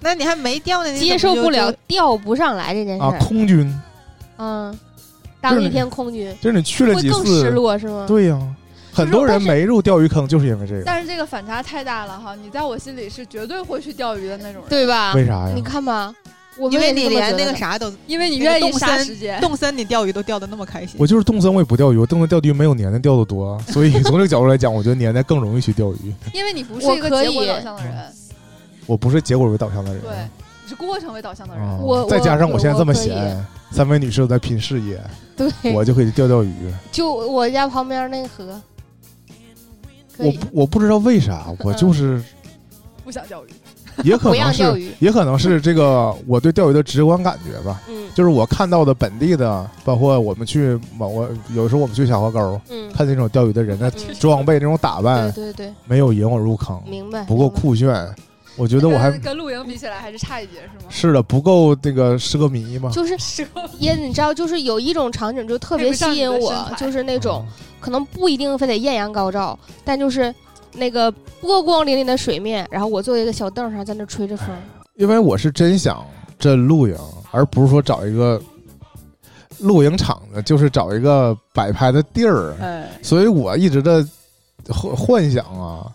Speaker 4: 那你还没钓呢，你怎么
Speaker 1: 接受
Speaker 4: 就
Speaker 1: 不了
Speaker 4: 就
Speaker 1: 钓不上来这件事
Speaker 2: 啊！
Speaker 1: 儿。
Speaker 2: 空军
Speaker 1: 嗯，当一天空军
Speaker 2: 就是你去了
Speaker 1: 会
Speaker 2: 几
Speaker 1: 更失
Speaker 2: 次，
Speaker 1: 落嗯是吗？
Speaker 2: 对呀、很多人
Speaker 3: 但是
Speaker 2: 没入钓鱼坑就是因为这个，
Speaker 3: 但是这个反差太大了哈！你在我心里是绝对会去钓鱼的那种人，，
Speaker 1: 对吧？
Speaker 2: 为啥呀
Speaker 1: 啊你？看吧，我们
Speaker 4: 因为
Speaker 1: 也是这
Speaker 4: 你
Speaker 1: 么
Speaker 4: 连
Speaker 1: 觉
Speaker 4: 那
Speaker 1: 得
Speaker 4: 个
Speaker 1: 的
Speaker 4: 啥都，
Speaker 3: 因为你
Speaker 4: 那个
Speaker 3: 愿意
Speaker 4: 动
Speaker 3: 杀
Speaker 4: 森
Speaker 3: 时间。
Speaker 4: 动森你钓鱼都钓的那么开心
Speaker 2: 我。就是动森，我也不钓鱼，我动森钓鱼没有年代钓的多， 所以从这个角度来讲，我觉得年代更容易去钓鱼。
Speaker 3: 因为你不是
Speaker 1: 我
Speaker 3: 一个
Speaker 1: 可
Speaker 3: 结果
Speaker 1: 以
Speaker 3: 导向的人，
Speaker 2: 我不是结果为导向的人，
Speaker 3: 对，你是过程为导向的人。
Speaker 2: 啊
Speaker 1: 我
Speaker 2: 再加上
Speaker 1: 我
Speaker 2: 我现在这么
Speaker 1: 我可
Speaker 2: 闲，三位女士都在拼事业，
Speaker 1: 对，
Speaker 2: 我就可以去钓钓鱼。
Speaker 1: 就我家旁边那个河，可
Speaker 2: 我
Speaker 1: 以嗯
Speaker 2: 不我不知道为啥，我就是
Speaker 3: 不想钓鱼，
Speaker 2: 也可
Speaker 1: 不让
Speaker 2: 能
Speaker 1: 钓
Speaker 2: 是
Speaker 1: 鱼。
Speaker 2: 也可能是这个我对钓鱼的直观感觉吧，
Speaker 1: 嗯
Speaker 2: 就是我看到的本地的，包括我们去某个有时候我们去小河沟
Speaker 1: 嗯，
Speaker 2: 看那种钓鱼的人的
Speaker 1: 嗯
Speaker 2: 装备、那种打扮，
Speaker 1: 对对对，
Speaker 2: 没有引我入坑，
Speaker 1: 明白。
Speaker 2: 哎
Speaker 1: 嗯
Speaker 2: 不够
Speaker 1: 明白，
Speaker 2: 酷炫。我觉得我还
Speaker 3: 跟跟露营比起来还是差一截，是吗？
Speaker 2: 是的，不够那个奢靡嘛。
Speaker 1: 就是
Speaker 3: 是
Speaker 1: 也你知道，就是有一种场景就特
Speaker 3: 配
Speaker 1: 别
Speaker 3: 不上
Speaker 1: 吸
Speaker 3: 你
Speaker 1: 引
Speaker 3: 的身
Speaker 1: 我，
Speaker 3: 材
Speaker 1: 就是嗯那
Speaker 2: 嗯
Speaker 1: 种可能不一定非得艳阳高照，但就是那个波光粼粼的水面，然后我坐一个小凳上在那吹着风，
Speaker 2: 因为我是真想真露营，而不是说找一个露营场子，就是找一个摆拍的地儿。
Speaker 3: 哎，
Speaker 2: 所以我一直的幻幻想啊，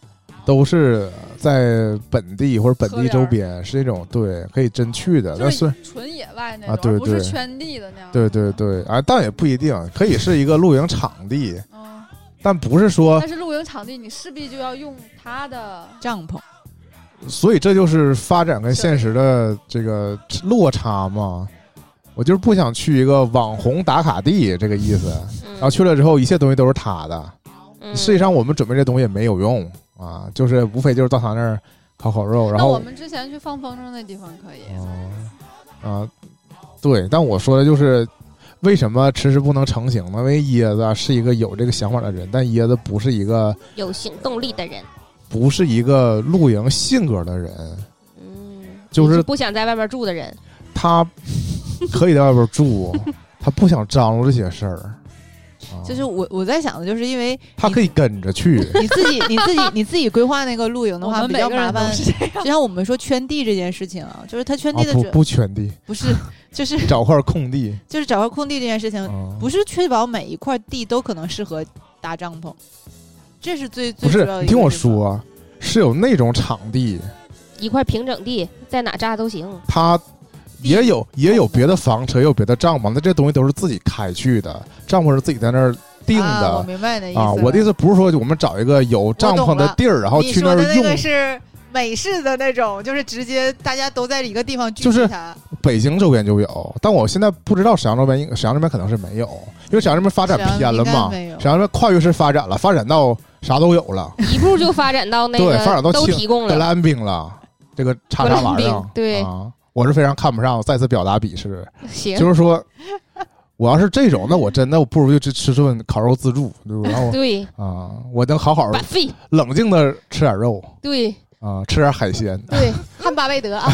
Speaker 2: 都是在本地或者本地周边，是那种对可以真去的。
Speaker 3: 就
Speaker 2: 那虽
Speaker 3: 是纯野外那
Speaker 2: 啊
Speaker 3: 种，
Speaker 2: 对
Speaker 3: 而不是
Speaker 2: 对
Speaker 3: 圈地的那样。
Speaker 2: 对对，对啊，但也不一定，可以是一个露营场 地，
Speaker 3: 嗯，
Speaker 2: 但不是说，
Speaker 3: 但是露营场地你势必就要用它的
Speaker 4: 帐
Speaker 2: 哦
Speaker 4: 篷，
Speaker 2: 所以这就是发展跟现实的这个落差嘛。我就是不想去一个网红打卡地这个意思，
Speaker 3: 嗯
Speaker 2: 然后去了之后，一切东西都是他的。
Speaker 1: 嗯
Speaker 2: 实际上，我们准备这东西也没有用啊，就是无非就是到他那儿烤烤肉，然
Speaker 3: 那
Speaker 2: 后嗯
Speaker 3: 我们之前去放风筝那地方可以，
Speaker 2: 啊啊，对，但我说的就是为什么迟迟不能成型呢？因为椰子啊是一个有这个想法的人，但椰子不是一个
Speaker 1: 有行动力的人，
Speaker 2: 不是一个露营性格的人，
Speaker 1: 嗯，
Speaker 2: 就是
Speaker 1: 不想在外边住的人，
Speaker 2: 他可以在外边 住，他不想张罗这些事儿，啊、
Speaker 4: 就是我我在想的，就是因为
Speaker 2: 他可以跟着去，
Speaker 4: 你自己你自己你自己规划那个露营的
Speaker 3: 我
Speaker 4: 话
Speaker 3: 们
Speaker 4: 比
Speaker 3: 每
Speaker 4: 较
Speaker 3: 个人
Speaker 4: 麻
Speaker 3: 都
Speaker 4: 烦，
Speaker 3: 是这样。
Speaker 4: 就像我们说圈地这件事情啊，就是他圈
Speaker 2: 啊
Speaker 4: 地的
Speaker 2: 不
Speaker 4: 准
Speaker 2: 不圈地，
Speaker 4: 不是就是
Speaker 2: 找块空地，
Speaker 4: 就是找块空地这件事情，
Speaker 2: 啊、
Speaker 4: 嗯不是确保每一块地都可能适合搭帐篷，这是最最
Speaker 2: 不
Speaker 4: 主
Speaker 2: 是
Speaker 4: 要的。
Speaker 2: 你听我，说，是有那种场地，
Speaker 1: 一块平整地，在哪扎都行。
Speaker 2: 他也有也有别的房车，也有别的帐篷，那这东西都是自己开去的，帐篷是自己在那儿定
Speaker 4: 啊，我
Speaker 2: 的
Speaker 4: 明白你的意思
Speaker 2: 啊。我的意
Speaker 4: 思，
Speaker 2: 思不是说我们找一个有帐篷的地儿，然后
Speaker 4: 你
Speaker 2: 去
Speaker 4: 说的
Speaker 2: 儿
Speaker 4: 那个
Speaker 2: 用。
Speaker 4: 是美式的那种，就是直接大家都在一个地方聚
Speaker 2: 就是
Speaker 4: 集它。
Speaker 2: 北京周边就有，但我现在不知道沈阳周边，沈阳这边可能是没有，因为沈阳这边发展偏了
Speaker 4: 沈阳应
Speaker 2: 嘛。啊
Speaker 4: 该啊没有
Speaker 2: 沈阳这边跨越式发展了，发展到啥都有 了，
Speaker 1: 一步就发展到那
Speaker 2: 对
Speaker 1: 个
Speaker 2: 发展到
Speaker 1: 都
Speaker 2: 轻
Speaker 1: 提供
Speaker 2: 格
Speaker 1: 了，
Speaker 2: 兰冰了，这个叉叉玩
Speaker 1: 格
Speaker 2: 意儿
Speaker 1: 兰
Speaker 2: 啊
Speaker 1: 冰，对
Speaker 2: 啊，我是非常看不上，我再次表达鄙视。
Speaker 1: 行，
Speaker 2: 就是说，我要是这种，那我真的我不如就吃吃顿烤肉自助，对吧？然后
Speaker 1: 对，
Speaker 2: 啊，我能好好
Speaker 1: 把费，
Speaker 2: 冷静的吃点肉
Speaker 1: 对
Speaker 2: 啊，吃点海鲜，
Speaker 1: 对，汉巴贝 德啊，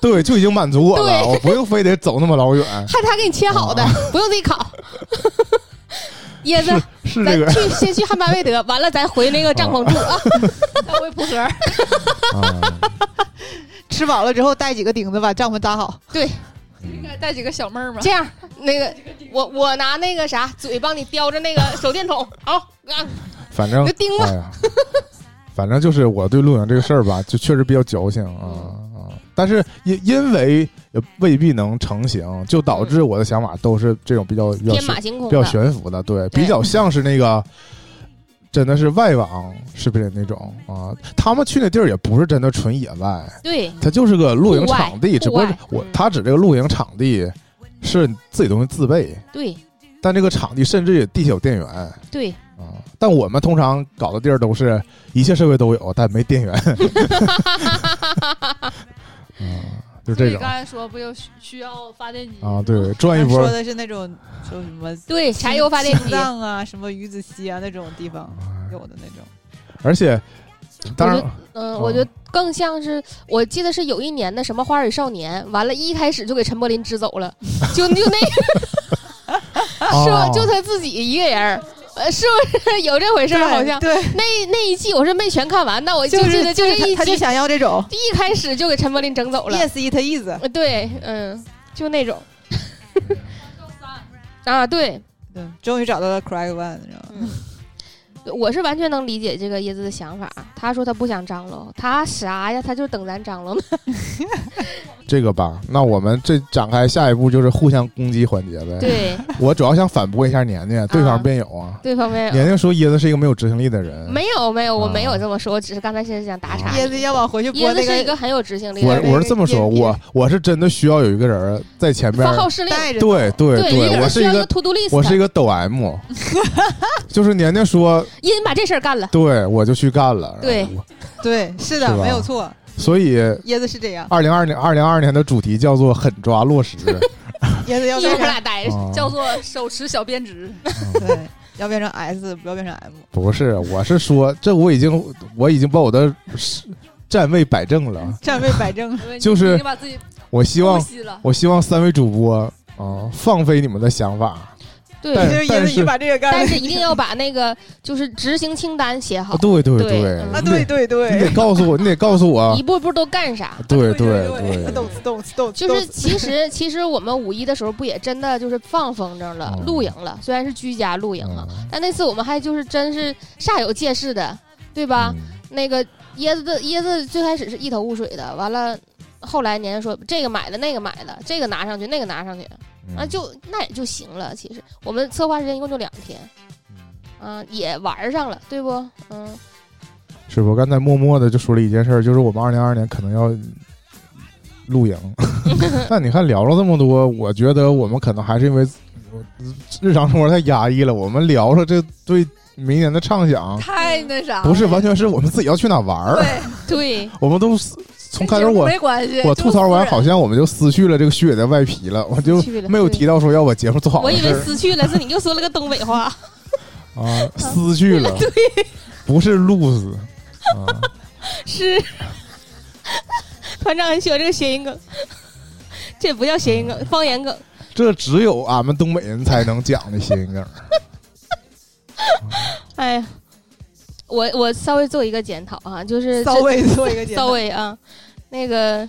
Speaker 2: 对，就已经满足我了，
Speaker 1: 对
Speaker 2: 我不用非得走那么老远。
Speaker 1: 看他给你切好的，不用自己烤。 椰子，
Speaker 2: 啊是是
Speaker 1: 咱
Speaker 2: 这个
Speaker 1: 去先去汉巴贝德，完了咱回那个帐篷住啊。
Speaker 3: 再会扑克，
Speaker 2: 啊，
Speaker 4: 吃饱了之后带几个钉子把帐篷搭好。
Speaker 2: 嗯
Speaker 3: 应该带几个小妹儿吗？
Speaker 1: 这样，那个我我拿那个啥嘴帮你叼着那个手电筒，好啊，
Speaker 2: 反正
Speaker 1: 你就盯吧
Speaker 2: 哎呀，反正就是我对露营这个事儿吧，就确实比较矫情啊啊。但是因因为也未必能成型，就导致我的想法都是这种比较比较
Speaker 1: 天
Speaker 2: 玄
Speaker 1: 马行空啊
Speaker 2: 比较
Speaker 1: 的。
Speaker 2: 悬浮的，
Speaker 1: 对
Speaker 2: 对，
Speaker 1: 嗯
Speaker 2: 比较像是那个，真的是外网视频那种啊。他们去那地儿也不是真的纯野外，
Speaker 1: 对，
Speaker 2: 它就是个露营场
Speaker 1: 户外
Speaker 2: 地，只不过是
Speaker 1: 户外
Speaker 2: 我
Speaker 1: 嗯
Speaker 2: 他指这个露营场地是自己东西自备，
Speaker 1: 对，
Speaker 2: 但这个场地甚至也地下有电源啊。
Speaker 1: 对，
Speaker 2: 但我们通常搞的地儿都是 一切设备都有，但没电源。嗯，就这
Speaker 3: 你
Speaker 2: 种
Speaker 3: 刚才说不就需需要发电机
Speaker 2: 啊，对，赚一波
Speaker 4: 说的是那种说什么
Speaker 1: 对， 柴油发电
Speaker 4: 心
Speaker 1: 机，
Speaker 4: 脏啊，什么鱼子溪啊那种地方
Speaker 2: 哎
Speaker 4: 有的那种。
Speaker 2: 而且，当然，
Speaker 1: 嗯，
Speaker 2: 嗯
Speaker 1: 我觉得更像是，我记得是有一年的什么《花儿与少年》，完了，一开始就给陈柏霖支走了， 就就那是吧？
Speaker 2: 啊
Speaker 1: 就他自己一个人儿，呃，是不是 有这回事儿？好像
Speaker 4: 对，
Speaker 1: 那那一季我是没全看完，那我
Speaker 4: 就
Speaker 1: 记
Speaker 4: 是
Speaker 1: 得就这
Speaker 4: 是
Speaker 1: 一
Speaker 4: 他他就
Speaker 1: 集，
Speaker 4: 想要 这种
Speaker 1: 一开始就给陈柏霖整走了。
Speaker 4: yes it is，
Speaker 1: 呃对，嗯，就那种啊，对，
Speaker 4: 对，终于找到了 correct one，你知道吗？
Speaker 1: 我是完全能理解这个椰子的想法。他说他不想张罗，他啥呀？他就等咱张罗呢。
Speaker 2: 这个吧，那我们这展开下一步就是互相攻击环节 呗。
Speaker 1: 对，
Speaker 2: 我主要想反驳一下年年，对
Speaker 1: 啊
Speaker 2: 方辩友啊。
Speaker 1: 对方没有，
Speaker 2: 年年说椰子是一个没有执行力的人，
Speaker 1: 没有，没有，我没有
Speaker 2: 啊
Speaker 1: 这么说，我只是刚才是想打岔。
Speaker 4: 啊椰子要往回去播
Speaker 1: 椰子
Speaker 4: 那
Speaker 1: 是一
Speaker 4: 个
Speaker 1: 个很有执行力
Speaker 2: 我
Speaker 1: 的人，
Speaker 2: 我是这么说，
Speaker 4: 别别
Speaker 2: 我我是真的需要有一个人在前面
Speaker 1: 发，号施令，
Speaker 4: 带着的
Speaker 2: 对对
Speaker 1: 对，一个
Speaker 2: 我
Speaker 1: 人需
Speaker 2: 是一
Speaker 1: 要一个
Speaker 2: 个
Speaker 1: to do list。
Speaker 2: 我是一个抖 M，就是年年说，
Speaker 1: 因把这事儿 干了，
Speaker 2: 对我就去干了，
Speaker 1: 对
Speaker 2: 然后，
Speaker 4: 对，是
Speaker 2: 是
Speaker 4: 的，
Speaker 2: 吧
Speaker 4: 没有错，
Speaker 2: 所以
Speaker 4: 椰子是 这样，
Speaker 2: 二零二零二零二年的主题叫做狠抓落实，
Speaker 4: 椰子要
Speaker 1: 一会
Speaker 4: 变
Speaker 1: 儿
Speaker 4: 成
Speaker 1: 俩待着。
Speaker 2: 啊
Speaker 3: 叫做手持小编织，
Speaker 4: 对，要变成 S，不要变成 M。
Speaker 2: 不是，我是说这我已经我已经把我的站位摆正了，
Speaker 4: 站位摆正，
Speaker 3: 因为你
Speaker 2: 就是
Speaker 3: 你把自己
Speaker 2: 我希
Speaker 3: 剖
Speaker 2: 望
Speaker 3: 析了，
Speaker 2: 我希望三位主播啊、放飞你们的想法，
Speaker 1: 对，
Speaker 4: 就
Speaker 2: 但
Speaker 4: 是椰
Speaker 2: 但
Speaker 4: 子
Speaker 2: 是
Speaker 4: 你把这个干了。
Speaker 1: 但是一定要把那个就是执行清单写好，
Speaker 2: 对对
Speaker 1: 对
Speaker 2: 对
Speaker 1: 嗯
Speaker 4: 啊，对对
Speaker 2: 你得
Speaker 4: 对，
Speaker 2: 告诉我，你得告诉我啊
Speaker 1: 一，步步都干啥。
Speaker 2: 对
Speaker 4: 对，动词动词动词，
Speaker 1: 就是其实 其实我们五一的时候不也真的就是放风筝了，
Speaker 2: 嗯
Speaker 1: 露营了，虽然是居家露营啊，
Speaker 2: 嗯
Speaker 1: 但那次我们还就是真是煞有介事的，对吧？
Speaker 2: 嗯
Speaker 1: 那个椰子的椰子最开始是一头雾水的，完了后来年年说这个买了那个买了，这个拿上去那个拿上去，
Speaker 2: 嗯
Speaker 1: 啊就那也就行了。其实我们策划时间一共就两天，啊也玩上了，对不？ 嗯，
Speaker 2: 是我刚才默默的就说了一件事儿，就是我们二零二二年可能要露营。那你看聊了这么多，我觉得我们可能还是因为日常生活太压抑了，我们聊了这对明年的畅想，
Speaker 3: 太那啥了，
Speaker 2: 嗯不是完全是我们自己要去哪玩儿，
Speaker 3: 对，
Speaker 1: 对，
Speaker 2: 我们都是从开始
Speaker 3: 跟节目
Speaker 2: 我。
Speaker 3: 没关系，
Speaker 2: 我
Speaker 3: 就
Speaker 2: 吐槽完，
Speaker 3: 是
Speaker 2: 好像我们就撕去了这个虚伪的外皮了，我就
Speaker 1: 去了
Speaker 2: 没有提到说要把节目做好
Speaker 1: 我
Speaker 2: 的
Speaker 1: 以
Speaker 2: 事
Speaker 1: 为
Speaker 2: 儿
Speaker 1: 撕去了，是你又说了个东北话。
Speaker 2: 啊，撕 去了，不是 lose 啊，
Speaker 1: 是， 团长很喜欢这个谐音梗， 这不叫谐音梗，方言梗。
Speaker 2: 这只有俺们东北人才能讲的谐音梗。
Speaker 1: 哎呀，我我稍微做一个检讨啊，就是
Speaker 4: 稍
Speaker 1: 这
Speaker 4: 微做一个解
Speaker 1: 稍微啊，那个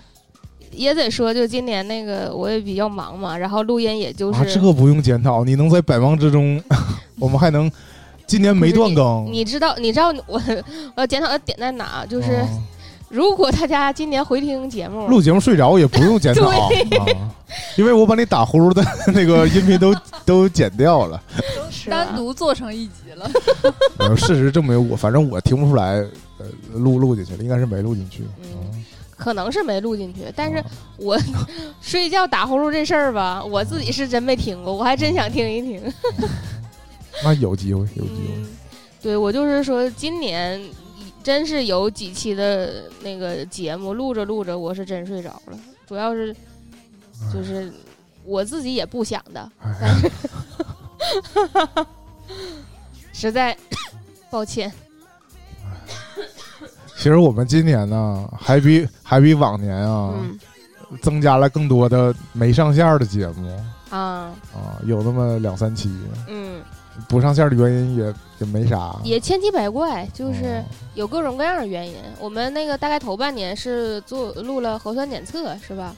Speaker 1: 也得说，就今年那个我也比较忙嘛，然后录音也就是、
Speaker 2: 啊，这个不用检讨，你能在百忙之中， 我们还能今年没断更，
Speaker 1: 你知道，你知道我我要检讨的点在哪？就是、
Speaker 2: 啊
Speaker 1: 如果大家今年回听节目，
Speaker 2: 录节目睡着也不用 检讨，啊、因为我把你打呼噜的那个音频都 都剪掉了。
Speaker 4: 是啊吧
Speaker 3: 单独做成一集了，
Speaker 2: 呃事实证明我，反正我听不出来，呃，录录进去了，应该是没录进去。
Speaker 1: 嗯可能是没录进去，但是
Speaker 2: 啊
Speaker 1: 我 睡觉打呼噜这事儿吧，我自己是真没听过，我还真想听一听。
Speaker 2: 那有机会，有机会。
Speaker 1: 嗯，对我就是说，今年真是有几期的那个节目录着录着，我是真睡着了，主要是
Speaker 2: 嗯
Speaker 1: 嗯
Speaker 2: 哎
Speaker 1: 就是我自己也不想的，但是实在抱歉。
Speaker 2: 其实我们今年呢，还比还比往年啊，
Speaker 1: 嗯
Speaker 2: 增加了更多的没上线儿的节目
Speaker 1: 啊，
Speaker 2: 啊，有那么两三期。
Speaker 1: 嗯，
Speaker 2: 不上线儿的原因也也没啥，
Speaker 1: 也千奇百怪，就是
Speaker 2: 哦
Speaker 1: 有各种各样的原因。我们那个大概头半年是做录了核酸检测，是吧？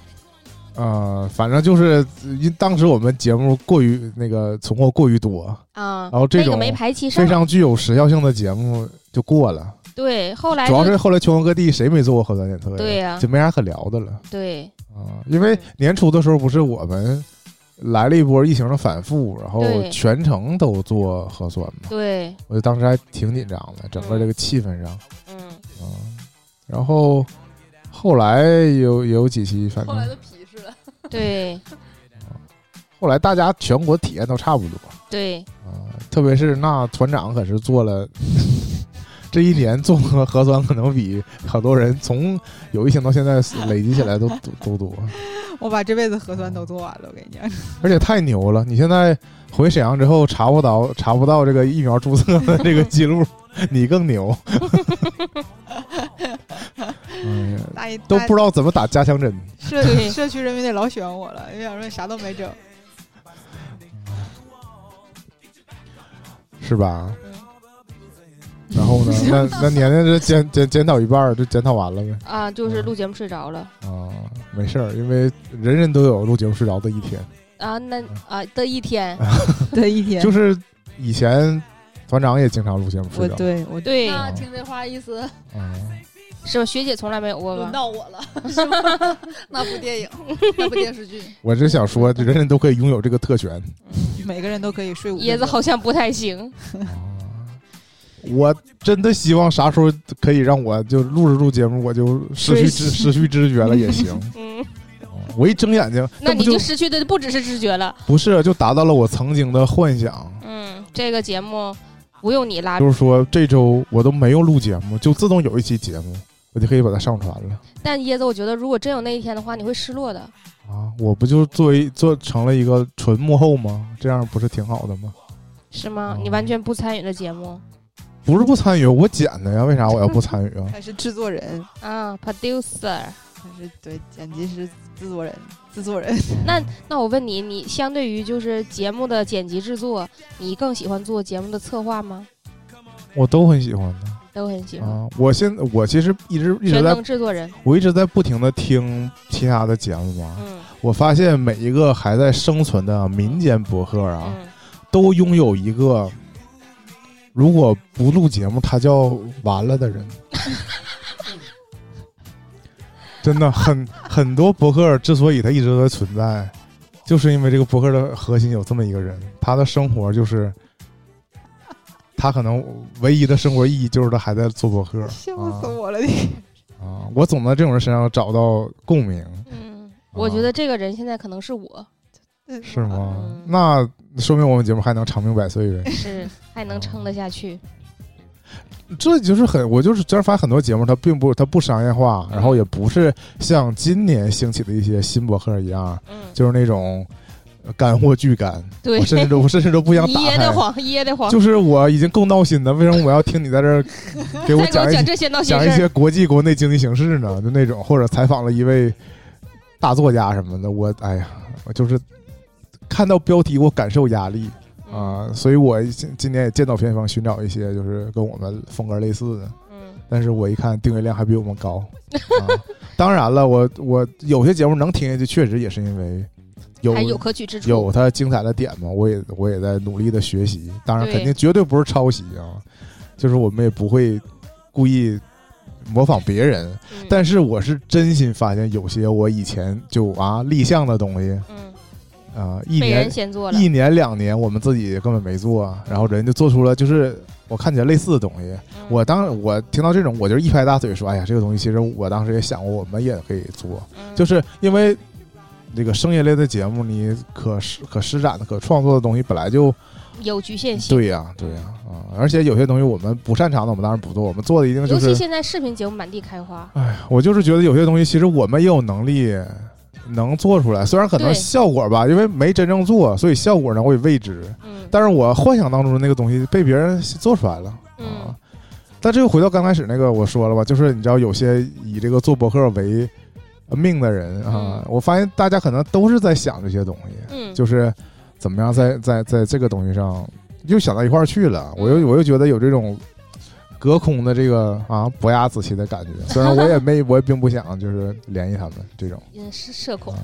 Speaker 2: 呃，反正就是呃因当时我们节目过于那个存货过于多，
Speaker 1: 啊，
Speaker 2: 然后哦这
Speaker 1: 那个
Speaker 2: 种
Speaker 1: 没排期
Speaker 2: 非
Speaker 1: 上，
Speaker 2: 常具有时效性的节目就过了。
Speaker 1: 对，后来
Speaker 2: 主要
Speaker 1: 就是
Speaker 2: 后来全国各地谁没做过核酸检测呀？
Speaker 1: 对呀
Speaker 2: 就没啥可聊的了
Speaker 1: 对
Speaker 2: 啊、因
Speaker 3: 嗯
Speaker 2: 为年初的时候不是我们来了一波疫情的反复，然后
Speaker 1: 对
Speaker 2: 全程都做核酸嘛，
Speaker 1: 对，
Speaker 2: 我就当时还挺紧张的，整个这个气氛上啊、
Speaker 1: 嗯，
Speaker 2: 然后后来有有几期，反
Speaker 3: 后
Speaker 2: 正
Speaker 3: 来都皮实了，
Speaker 1: 对
Speaker 2: 后来大家全国体验都差不多。
Speaker 1: 对，
Speaker 2: 啊，特别是那团长可是做了 这一年做的核酸可能比很多人从有疫情到现在累积起来都都都多，
Speaker 4: 我把这辈子核酸都做完了，我跟你讲，
Speaker 2: 而且太牛了！你现在回沈阳之后查不到查不到这个疫苗注册的这个记录，你更 牛。哎呀，
Speaker 4: 大一
Speaker 2: 都
Speaker 4: 大
Speaker 2: 不知道怎么打加强针。
Speaker 4: 社
Speaker 1: 对
Speaker 4: 社区人民得老喜欢我了，因为想说啥都没整，
Speaker 2: 是吧
Speaker 1: 嗯？
Speaker 2: 然后 呢？那那年年这检检检讨一半儿就检讨完了呗。
Speaker 1: 啊，就是录节目睡着了
Speaker 2: 啊，没事儿，因为人人都有录节目睡着的一天。
Speaker 1: 啊，那
Speaker 2: 嗯
Speaker 1: 啊的一天，
Speaker 4: 对一天
Speaker 2: 就，是以前团长也经常录节目
Speaker 4: 我
Speaker 2: 睡着。
Speaker 4: 对我
Speaker 1: 对，
Speaker 3: 那听这话意思，
Speaker 2: 啊，
Speaker 1: 是吧？学姐从来没有过
Speaker 3: 轮
Speaker 1: 吧？
Speaker 3: 到我了，是吗？那部电 影，那部电视剧，
Speaker 2: 我是想说，人人都可以拥有这个特权。
Speaker 4: 每个人都可以睡五
Speaker 1: 椰子
Speaker 4: 分钟
Speaker 1: 好像不太行，
Speaker 2: 我真的希望啥时候可以让我就录着录节目，我就失去知 失去知觉了也 行。
Speaker 1: 嗯，
Speaker 2: 我一睁眼睛，
Speaker 1: 那
Speaker 2: 不
Speaker 1: 你
Speaker 2: 就
Speaker 1: 就失去的不只是知觉了，
Speaker 2: 不是就达到了我曾经的幻想，
Speaker 1: 嗯，这个节目不用你拉
Speaker 2: 就，是说这周我都没有录节目，就自动有一期节目，我就可以把它上传了
Speaker 1: 但椰子，我觉得如果真有那一天的话，你会失落的。
Speaker 2: 啊！我不就作为做成了一个纯幕后吗？这样不是挺好的吗？
Speaker 1: 是吗
Speaker 2: 哦？
Speaker 1: 你完全不参与这节目
Speaker 2: 不是不参与，我剪的呀，为啥我要不参与啊？
Speaker 4: 他是制作人，
Speaker 1: 啊，producer。
Speaker 4: 他是对剪辑师、制作人、制作
Speaker 2: 啊
Speaker 4: 人，
Speaker 1: 那那我问你，你相对于就是节目的剪辑制作，你更喜欢做节目的策划吗？
Speaker 2: 我都很喜欢的
Speaker 1: 都很喜欢。
Speaker 2: 啊！我现我其实一直一直
Speaker 1: 全
Speaker 2: 在
Speaker 1: 能制作人，
Speaker 2: 我一直在不停的听其他的节目嘛，
Speaker 1: 嗯
Speaker 2: 我发现每一个还在生存的民间博客啊，
Speaker 1: 嗯，
Speaker 2: 都拥有一个，如果不录节目，他叫完了的人。 真的很很多博客之所以他一直在存在，就是因为这个博客的核心有这么一个人，他的生活就是，他可能唯一的生活意义就是他还在做博客。
Speaker 4: 笑
Speaker 2: 啊
Speaker 4: 死我了！
Speaker 2: 啊，我总在这种人身上找到共鸣，
Speaker 1: 嗯，
Speaker 2: 啊
Speaker 1: 我觉得这个人现在可能是我，
Speaker 4: 你
Speaker 2: 是吗
Speaker 1: 嗯？
Speaker 2: 那说明我们节目还能长命百岁 呗。
Speaker 1: 是还能撑得下去。
Speaker 2: 这就是很，我就是这儿发现很多节目，它并不它不商业
Speaker 1: 嗯
Speaker 2: 化，然后也不是像今年兴起的一些新博客一样，
Speaker 1: 嗯，
Speaker 2: 就是那种呃干货巨干，
Speaker 1: 对
Speaker 2: 我，甚至都我甚至都不想打
Speaker 1: 噎得
Speaker 2: 开。
Speaker 1: 慌，噎得慌。
Speaker 2: 就是我已经够闹心的，为什么我要听你在 这儿给我
Speaker 1: 再给我
Speaker 2: 讲一
Speaker 1: 讲这些闹心
Speaker 2: 讲一
Speaker 1: 事
Speaker 2: 些
Speaker 1: 儿，
Speaker 2: 国际国内经济形势呢，就那种或者采访了一位大作家什么的，我哎呀，我就是看到标题我感受压力
Speaker 1: 嗯
Speaker 2: 啊、所以我今今年也剑走偏锋，寻找一些就是跟我们风格类似的，
Speaker 1: 嗯
Speaker 2: 但是我一看订阅量还比我们 高。啊、当然了，我我有些节目能听下去，确实也是因为有
Speaker 1: 还有可取之处。
Speaker 2: 有它精彩的点嘛，我也我也在努力的学习，当然
Speaker 1: 对
Speaker 2: 肯定绝对不是抄袭啊，就是我们也不会故意模仿别人，
Speaker 1: 嗯，
Speaker 2: 但是我是真心发现有些我以前就啊立项的东西
Speaker 1: 嗯，
Speaker 2: 啊、一
Speaker 1: 被
Speaker 2: 年
Speaker 1: 人先做了，
Speaker 2: 一年两年我们自己根本没做，啊然后人就做出了就是我看起来类似的东西，
Speaker 1: 嗯
Speaker 2: 我当我听到这种我就是一拍大腿说，哎呀这个东西其实我当时也想过我们也可以做，
Speaker 1: 嗯
Speaker 2: 就是因为这个声音类的节目，你可施可施展的、可创作的东西本来就
Speaker 1: 有局限性。
Speaker 2: 对呀、对呀啊、而且有些东西我们不擅长的，我们当然不做，我们做的一定就
Speaker 1: 尤其
Speaker 2: 是，
Speaker 1: 现在视频节目满地开花，
Speaker 2: 哎，我就是觉得有些东西其实我们也有能力能做出来，虽然可能
Speaker 1: 对
Speaker 2: 效果吧，因为没真正做，所以效果呢我也未知，
Speaker 1: 嗯
Speaker 2: 但是我幻想当中的那个东西被别人做出来了啊。
Speaker 1: 嗯
Speaker 2: 但这又回到刚开始那个我说了吧，就是你知道有些以这个做博客为命的人啊
Speaker 1: 嗯，
Speaker 2: 我发现大家可能都是在想这些东西，
Speaker 1: 嗯，
Speaker 2: 就是怎么样在在在这个东西上又想到一块儿去
Speaker 1: 嗯
Speaker 2: 了。我又我又觉得有这种隔空的这个啊伯牙子期的感觉，虽然我也 没我也并不想就是联系他们这种，
Speaker 1: 嗯是社恐
Speaker 2: 啊。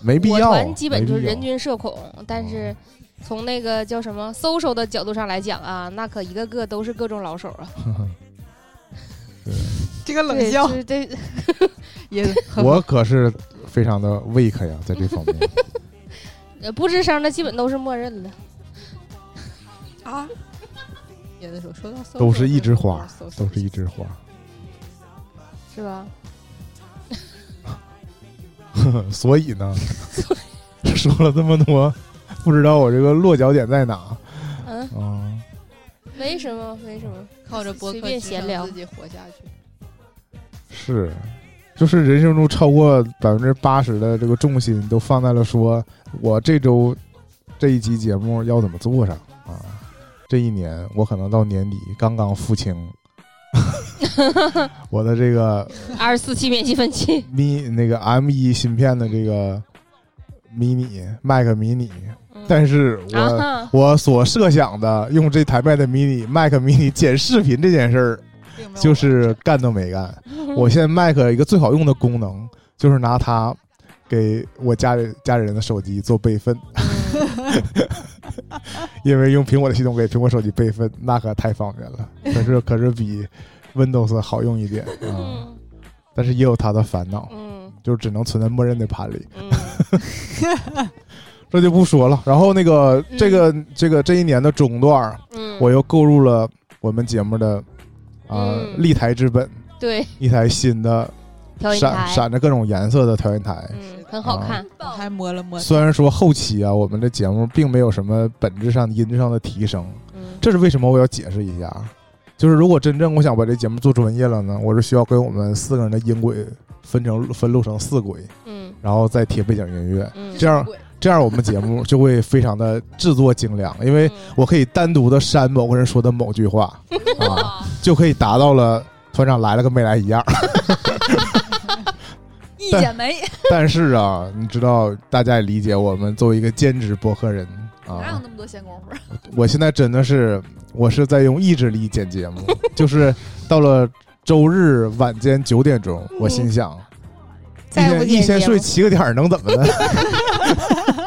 Speaker 2: 没必
Speaker 1: 我
Speaker 2: 要，
Speaker 1: 团基本
Speaker 2: 没
Speaker 1: 就是
Speaker 2: 必要啊
Speaker 1: 人均社恐，但是从那个叫什么 social 的角度上来讲啊，那可一个个都是各种老手啊。
Speaker 4: 这个冷
Speaker 1: 对
Speaker 4: 笑
Speaker 1: 就，是这
Speaker 4: 也很
Speaker 2: 我可是非常的 weak 呀，在这方面。
Speaker 1: 呃不吱声的基本都是默认的。
Speaker 4: 啊。也的时候说到搜
Speaker 2: 都
Speaker 4: 索
Speaker 2: 是一枝花
Speaker 4: 搜索
Speaker 2: 都是一枝花。
Speaker 1: 是吧？
Speaker 2: 所以呢， 说了这么多，不知道我这个落脚点在哪啊、
Speaker 1: 嗯，没什么，没什么。
Speaker 3: 靠着播
Speaker 1: 随
Speaker 3: 客
Speaker 1: 便
Speaker 3: 支
Speaker 1: 闲
Speaker 3: 撑
Speaker 1: 聊
Speaker 3: 自己活下去。
Speaker 2: 是，就是人生中超过百分之八十的这个重心都放在了说我这周这一期节目要怎么做上啊。这一年我可能到年底刚刚 付清我的这个
Speaker 1: 二十四期免息分期，
Speaker 2: Mi 那个 M 一芯片的这个迷你 Mac mini，但是我、
Speaker 1: 嗯啊哈，
Speaker 2: 我所设想的用这台麦的 mini Mac mini 剪视频这件事儿，
Speaker 3: 并
Speaker 1: 哦
Speaker 3: 没有
Speaker 2: 就是干都没干。 我现在 Mac 一个最好用的功能就是拿它给我家里家里人的手机做备份，因为用苹果的系统给苹果手机备份，那可太方便 了。可是可是比 Windows 好用一点啊、
Speaker 1: 嗯
Speaker 2: 但是也有它的烦恼，
Speaker 1: 嗯
Speaker 2: 就只能存在默认的盘里。
Speaker 1: 嗯，
Speaker 2: 这就不说了。然后那个
Speaker 1: 嗯
Speaker 2: 这个这个这一年的中段儿，
Speaker 1: 嗯
Speaker 2: 我又购入了我们节目的啊
Speaker 1: 嗯
Speaker 2: 立台之本，
Speaker 1: 对
Speaker 2: 一台新的
Speaker 1: 调音
Speaker 2: 闪
Speaker 1: 台，
Speaker 2: 闪着各种颜色的调音台。
Speaker 1: 嗯，很好
Speaker 2: 啊
Speaker 1: 看，
Speaker 4: 我还摸了摸，
Speaker 2: 虽然说后期啊，我们的节目并没有什么本质上音质上的提升，
Speaker 1: 嗯
Speaker 2: 这是为什么？我要解释一下，就是如果真正我想把这节目做专业了呢，我是需要跟我们四个人的音轨分成分录成四轨，
Speaker 1: 嗯
Speaker 2: 然后再贴背景音乐，
Speaker 1: 嗯，
Speaker 2: 这样
Speaker 3: 鬼
Speaker 2: 这样我们节目就会非常的制作精良，因为
Speaker 1: 嗯
Speaker 2: 我可以单独的删某个人说的某句话啊，
Speaker 3: 哇
Speaker 2: 就可以达到了团长来了跟没来一样。
Speaker 3: 一剪梅，
Speaker 2: 但是啊，你知道，大家也理解我们作为一个兼职播客人
Speaker 3: 哪有
Speaker 2: 啊，
Speaker 3: 那么多闲工夫？
Speaker 2: 我现在真的是我是在用意志力剪节目， 就是到了周日晚间九点钟，我心想，一
Speaker 1: 再不
Speaker 2: 天
Speaker 1: 剪
Speaker 2: 一天
Speaker 1: 节目
Speaker 2: 睡七个点儿能怎么的？
Speaker 1: 嗯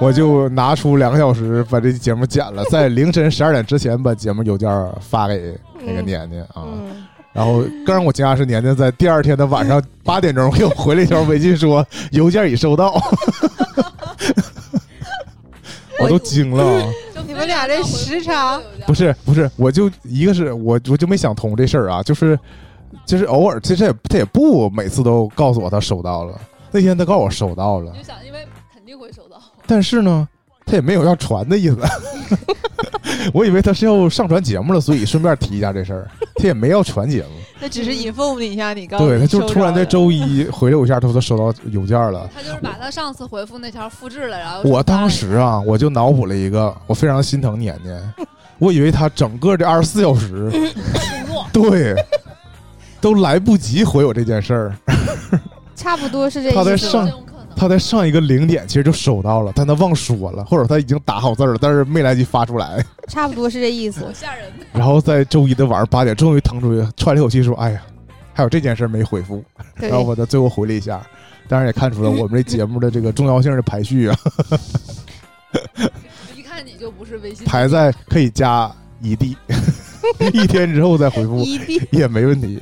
Speaker 2: 我就拿出两个小时把这节目剪了，在凌晨十二点之前把节目邮件发给那个年年啊。
Speaker 1: 嗯
Speaker 2: 然后更让我惊讶是，年年在第二天的晚上八点钟给我回了一条微信说邮件已收到， 我都惊了。
Speaker 3: 就
Speaker 4: 你们俩这时 差
Speaker 2: 不是不是，我就一个是我我就没想通这事儿啊，就是就是偶尔，其实也他也不每次都告诉我他收到了，那天他告诉我收到了
Speaker 3: 你就，想，因为肯定会收到。
Speaker 2: 但是呢，他也没有要传的意思。 我以为他是要上传节目了，所以顺便提一下这事儿，他也没要传节目。
Speaker 4: 那只是 inform 你一下，你刚
Speaker 2: 对，他就
Speaker 4: 收
Speaker 2: 突然
Speaker 4: 着
Speaker 2: 在
Speaker 4: 了
Speaker 2: 周 一回了我一下，他说他收到邮件了。
Speaker 3: 他就是把他上次回复那条复制了，然后
Speaker 2: 我当时啊，我就脑补了一个，我非常心疼年年，我以为他整个这二十四小 时，
Speaker 3: 工作，
Speaker 2: 对，都来不及回我这件事儿，
Speaker 1: 差不多是这
Speaker 2: 他在
Speaker 1: 意
Speaker 3: 有
Speaker 1: 思
Speaker 2: 上
Speaker 1: 吧。
Speaker 3: 这种可能。
Speaker 2: 他在上一个零点其实就收到了，但他忘说了，或者他已经打好字儿了，但是没来及发出来，
Speaker 1: 差不多是这意思
Speaker 3: 好。吓人，
Speaker 2: 然后在周一的晚上八点，终于腾出去喘了一口气说：“哎呀，还有这件事儿没回复。”
Speaker 1: 对
Speaker 2: 然，后我在最后回了一下，当然也看 出了我们这节目的这个重要性的排序啊，
Speaker 3: 一看你就不是 微信
Speaker 2: 排在可以加一地， 一天之后再回复
Speaker 4: 一地
Speaker 2: 也没问题。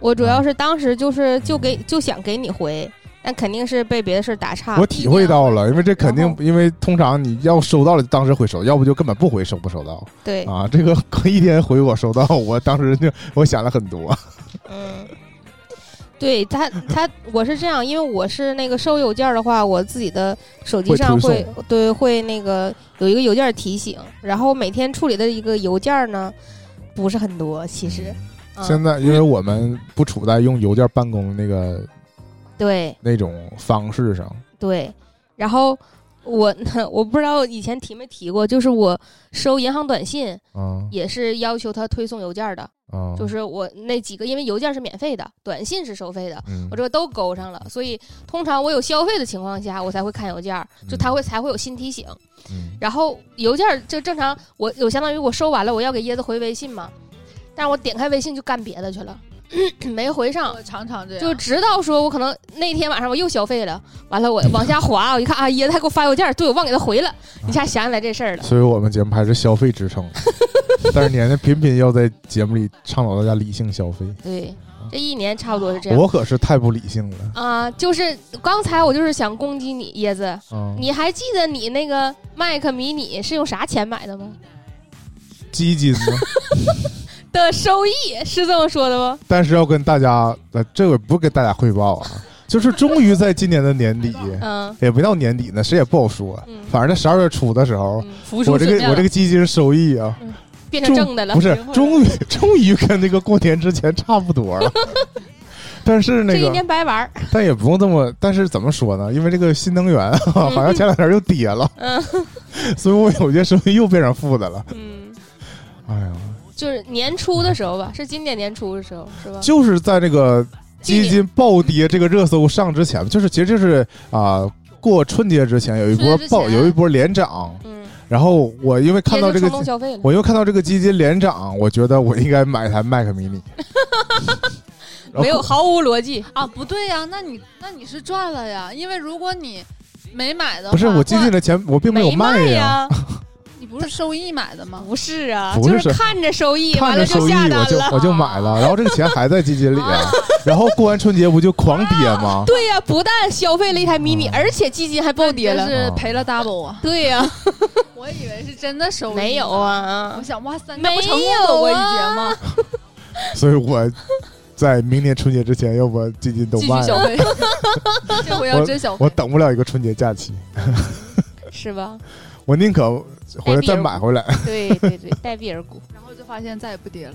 Speaker 1: 我主
Speaker 2: 嗯
Speaker 1: 要是当时就是就给就想给你回，但肯定是被别的事儿打岔
Speaker 2: 我。体会到了，因为这肯定
Speaker 1: 啊然，
Speaker 2: 因为通常你要收到了，当时会收，要不就根本不回收不收到
Speaker 1: 对，
Speaker 2: 啊。这个 一天回我收到，我当时就 我想了很多。
Speaker 1: 嗯，对 他他我是这样，因为我是那个收邮件儿的话，我自己的手机
Speaker 2: 会
Speaker 1: 上
Speaker 2: 推
Speaker 1: 会
Speaker 2: 送
Speaker 1: 对会那个有一个邮件儿提醒，然后每天处理的一个邮件儿呢不是很多，其实。嗯
Speaker 2: 现在因为我们不处在用邮件办公那个
Speaker 1: 对
Speaker 2: 那种方式上，
Speaker 1: 对，然后我 我不知道以前提没提过，就是我收银行短信
Speaker 2: 啊
Speaker 1: 也是要求他推送邮件儿的，
Speaker 2: 啊，
Speaker 1: 就是我那几个，因为邮件是免费的，短信是收费的，
Speaker 2: 嗯
Speaker 1: 我这个都勾上了，所以通常我有消费的情况下，我才会看邮件儿，就它会才会有新提醒。
Speaker 2: 嗯
Speaker 1: 然后邮件儿就正常，我我相当于我收完了，我要给椰子回微信嘛，但是我点开微信就干别的去了，没回上。
Speaker 3: 我常常这样，
Speaker 1: 就直到说我可能那天晚上我又消费了，完了我往下滑，我一看啊，椰子还给我发邮件儿，对我忘给他回了，一下想起来这事儿了。
Speaker 2: 所以我们节目还是消费 支撑，但是年年频频要在节目里倡导大家理性消费，
Speaker 1: 对，这一年差不多是这样。
Speaker 2: 我可是太不理性了
Speaker 1: 啊、就是刚才我就是想攻击你，椰子，
Speaker 2: 啊！
Speaker 1: 你还记得你那个麦克迷你是用啥钱买的吗？
Speaker 2: 基金 呢？
Speaker 1: 的收益是这么说的吗？
Speaker 2: 但是要跟大家，呃，这个不跟大家汇报啊，就是终于在今年的年底，
Speaker 1: 嗯
Speaker 2: 也没到年底呢，谁也不好说。啊
Speaker 1: 嗯
Speaker 2: 反正在十二月初的时候，
Speaker 1: 嗯，
Speaker 4: 浮出
Speaker 2: 我这
Speaker 4: 水
Speaker 2: 个
Speaker 4: 面
Speaker 2: 我
Speaker 4: 了
Speaker 2: 这个基金收益啊，
Speaker 1: 变成正的了
Speaker 2: 不。是
Speaker 4: 一会儿
Speaker 2: 终于 终于跟那个过年之前差不多 了。但是
Speaker 1: 这
Speaker 2: 那
Speaker 1: 一
Speaker 2: 个，
Speaker 1: 年白玩 儿，
Speaker 2: 但也不用这么，但是怎么说呢？因为这个新能源啊好像前两天又跌了，
Speaker 1: 嗯
Speaker 2: 所以我有些收益又变成负的了。
Speaker 1: 嗯，
Speaker 2: 哎呀，
Speaker 1: 就是年初的时候吧，是今年年初的时候是吧？
Speaker 2: 就是在这个基金暴跌这个热搜上之前，就是其实就是啊、过春节之前有一波
Speaker 3: 春节之前
Speaker 2: 暴，有一波连涨，
Speaker 1: 嗯，
Speaker 2: 然后我因为看到
Speaker 1: 也
Speaker 2: 这
Speaker 1: 就
Speaker 2: 个
Speaker 1: 冲动消费了。
Speaker 2: 我又看到这个基金连涨，我觉得我应该买台 Mac mini。然后
Speaker 1: 没有，毫无逻辑。
Speaker 3: 啊，不对呀、那你那你是赚了呀，因为如果你没买的话，
Speaker 2: 不是我基金
Speaker 3: 或
Speaker 2: 的钱，我并没有
Speaker 1: 卖
Speaker 2: 呀。
Speaker 1: 呀，
Speaker 3: 你不是收益买的吗？
Speaker 1: 不是啊，
Speaker 2: 不
Speaker 1: 就是是看着收益，
Speaker 2: 看
Speaker 1: 完
Speaker 2: 着
Speaker 1: 了
Speaker 2: 收益
Speaker 1: 下单
Speaker 2: 我就
Speaker 1: 了。
Speaker 2: 我就买了，然后这个钱还在基金里，啊然后过完春节不就狂跌吗？
Speaker 1: 对呀，不但消费了一台 mini，
Speaker 2: 啊
Speaker 1: 而且基金还暴跌
Speaker 3: 那
Speaker 1: 了
Speaker 2: 嗯
Speaker 3: 你。
Speaker 2: 哦
Speaker 3: 这是赔了 double 啊！
Speaker 1: 对呀，
Speaker 3: 我以为是真的收益，
Speaker 1: 没有。啊
Speaker 3: 我，想，哇塞，
Speaker 1: 没
Speaker 3: 那
Speaker 1: 有啊
Speaker 3: 不成功躲过一劫吗？
Speaker 2: 所以我在明年春节之前，要不基金都
Speaker 3: 继续
Speaker 2: 卖
Speaker 3: 消
Speaker 2: 了，
Speaker 3: 费，这回要真消
Speaker 2: 我
Speaker 3: 费。
Speaker 2: 等不了一个春节假期，
Speaker 1: 是吧？
Speaker 2: 我宁可
Speaker 1: 哎
Speaker 2: 回来再买回来，
Speaker 1: 对对对，戴比尔股。
Speaker 3: 然后就发现再也不跌了。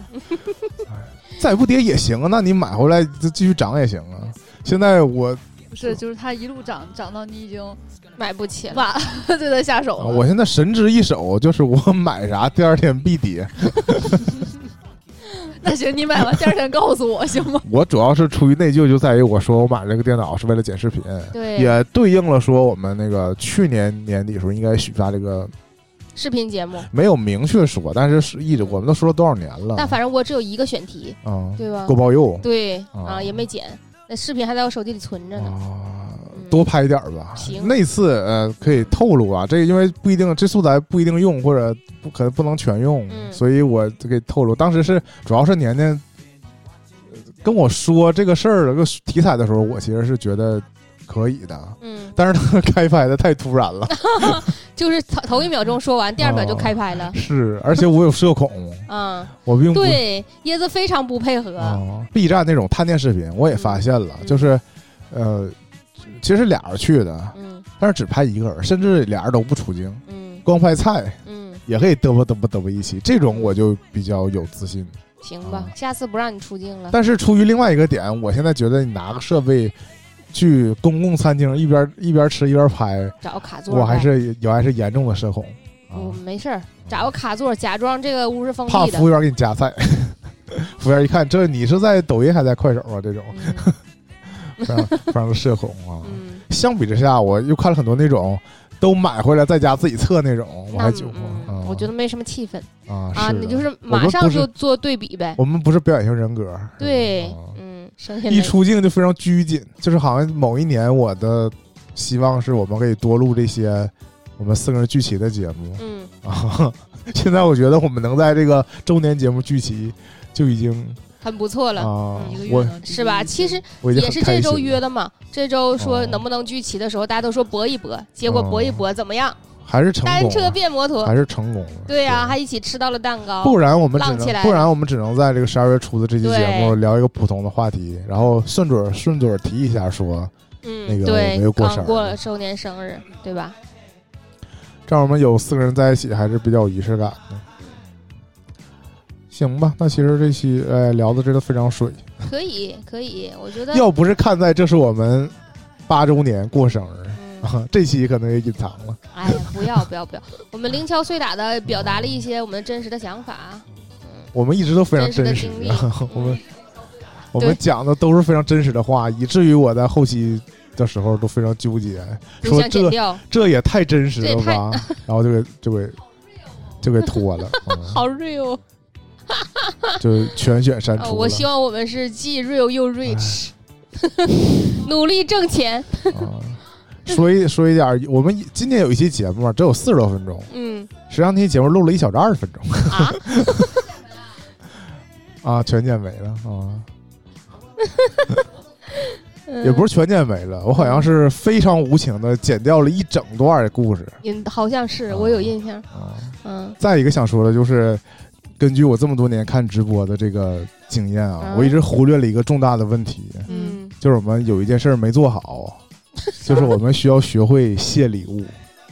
Speaker 2: 再不跌也行啊。那你买回来就继续涨也行啊。 现在我
Speaker 3: 不是，就是它一路涨，涨到你 已经
Speaker 1: 买不起了，
Speaker 3: 晚了对它下手了。
Speaker 2: 我现在神之一手，就是我买啥第二天 必跌。
Speaker 3: 那行，你买完第二天告诉我行吗？
Speaker 2: 我主要是出于内疚，就在于我说我买这个电脑是为了剪视频，
Speaker 1: 对，
Speaker 2: 也对应了说我们那个去年年底时候应该许下这个
Speaker 1: 视频节目，
Speaker 2: 没有明确说，但是是一直我们都说了多少年了，
Speaker 1: 但反正我只有一个选题，
Speaker 2: 嗯，
Speaker 1: 对吧
Speaker 2: 够？包邮
Speaker 1: 对
Speaker 2: 啊
Speaker 1: 啊，也没剪，那视频还在我手机里存着呢。
Speaker 2: 啊
Speaker 1: 嗯，
Speaker 2: 多拍一点儿吧。
Speaker 1: 行
Speaker 2: 那次呃可以透露啊，这个因为不一定这素材不一定用或者不可能不能全用，
Speaker 1: 嗯
Speaker 2: 所以我就给透露，当时是主要是年年。呃跟我说这个事儿的这个题材的时候，我其实是觉得可以的，
Speaker 1: 嗯，
Speaker 2: 但是他开拍的太突 然了，
Speaker 1: 就是头头一秒钟说完，第二秒就开拍了。
Speaker 2: 是，而且我有社恐，
Speaker 1: 嗯，
Speaker 2: 我并不
Speaker 1: 对，椰子非常不配合。
Speaker 2: 哦 B 站那种探店视频，我也发现了，
Speaker 1: 嗯
Speaker 2: 就是，呃，其实俩人去的，
Speaker 1: 嗯
Speaker 2: 但是只拍一个人，甚至俩人都不出镜，
Speaker 1: 嗯
Speaker 2: 光拍菜
Speaker 1: 嗯，
Speaker 2: 也可以嘚啵嘚啵嘚啵一起，这种我就比较有自信。
Speaker 1: 行吧，下次不让你出镜了。
Speaker 2: 啊但是出于另外一个点，我现在觉得你拿个设备去公共餐厅一边一边吃一边拍，
Speaker 1: 找个卡座呗，
Speaker 2: 我还是有还是严重的社恐啊，
Speaker 1: 我没事儿，找个卡座，假装这个屋是封
Speaker 2: 怕
Speaker 1: 嗯闭的
Speaker 2: 服。务员给你夹菜。 服务员一看，这你是在抖音还在快手 啊？这种
Speaker 1: 嗯
Speaker 2: 非常非常的社恐啊。
Speaker 1: 嗯，
Speaker 2: 相比之下，我又看了很多那种都买回来在家自己测那种， 我
Speaker 1: 那
Speaker 2: 还久
Speaker 1: 嗯，我觉得没什么气氛
Speaker 2: 得啊
Speaker 1: 啊，
Speaker 2: 是的
Speaker 1: 你就是
Speaker 2: 我
Speaker 1: 马
Speaker 2: 们
Speaker 1: 上
Speaker 2: 不是
Speaker 1: 就做对比呗。
Speaker 2: 我们不是表演型人格，
Speaker 1: 对
Speaker 2: 是吧，
Speaker 1: 嗯，剩下
Speaker 2: 啊一出镜就非常拘谨，就是好像某一年我的希望是我们可以多录这些我们四个人聚齐的节目
Speaker 1: 嗯，
Speaker 2: 啊。 现在我觉得我们能在这个周年节目聚齐就已经
Speaker 1: 很不错了，嗯
Speaker 2: 啊
Speaker 3: 一个，月
Speaker 2: 我
Speaker 3: 能
Speaker 1: 是吧？其实
Speaker 2: 我已经
Speaker 1: 也
Speaker 2: 很
Speaker 1: 是
Speaker 2: 开
Speaker 1: 这
Speaker 2: 心
Speaker 1: 周
Speaker 2: 了
Speaker 1: 约的嘛，这周说
Speaker 2: 哦
Speaker 1: 能不能聚齐的时候，大家都说搏一搏，结果搏一搏怎么样？
Speaker 2: 还是成功
Speaker 1: 单
Speaker 2: 了，
Speaker 1: 车变摩托，
Speaker 2: 还是成功了，
Speaker 1: 对呀、
Speaker 2: 是
Speaker 1: 还一起吃到了蛋糕。
Speaker 2: 不然我们只
Speaker 1: 浪起来
Speaker 2: 能，不然我们只能在这个十二月初的这期节目聊一个普通的话题，然后顺嘴儿顺嘴儿提一下说，
Speaker 1: 嗯，
Speaker 2: 那个我
Speaker 1: 对
Speaker 2: 没有，过生
Speaker 1: 刚
Speaker 2: 日
Speaker 1: 过周年生日，对吧？
Speaker 2: 这样我们有四个人在一起还是比较有仪式感的。行吧，那其实这期呃聊的真的非常水，
Speaker 1: 可以，可以，我觉得，
Speaker 2: 要不是看在这是我们八周年过生日，
Speaker 1: 嗯，
Speaker 2: 啊、这期可能也隐藏了。
Speaker 1: 哎呀，不要，不要，不要，我们零敲碎打的表达了一些我们真实的想法，啊
Speaker 2: 我们一直都非常
Speaker 1: 真实的
Speaker 2: 真实
Speaker 1: 经历，嗯
Speaker 2: 啊 我们我们
Speaker 1: 对
Speaker 2: 讲的都是非常真实的话，以至于我在后期的时候都非常纠结，
Speaker 1: 不
Speaker 2: 说
Speaker 1: 想
Speaker 2: 这
Speaker 1: 剪掉，
Speaker 2: 这也太真实
Speaker 1: 这
Speaker 2: 了
Speaker 1: 也太
Speaker 2: 吧！然后就给就给就给脱 了，嗯、
Speaker 1: 好哦 real。
Speaker 2: 就全选删除了。
Speaker 1: 呃我希望我们是既 real 又 rich，努 力挣钱。
Speaker 2: 啊 说一说一点儿，我们今天有一期节目啊只有四十多分钟，
Speaker 1: 嗯
Speaker 2: 实际上那期节目录了一小时二十分钟
Speaker 1: 啊，
Speaker 2: 啊，全剪没了啊，
Speaker 1: 嗯
Speaker 2: 也不是全剪没了，我好像是非常无情的剪掉了一整段的故事
Speaker 1: 嗯，好像是
Speaker 2: 啊
Speaker 1: 我有印象。
Speaker 2: 啊。
Speaker 1: 嗯
Speaker 2: 再一个想说的就是，根据我这么多年看直播的这个经验啊，
Speaker 1: 嗯
Speaker 2: 我一直忽略了一个重大的问题，
Speaker 1: 嗯，
Speaker 2: 就是我们有一件事儿没做好，就是我们需要学会卸礼物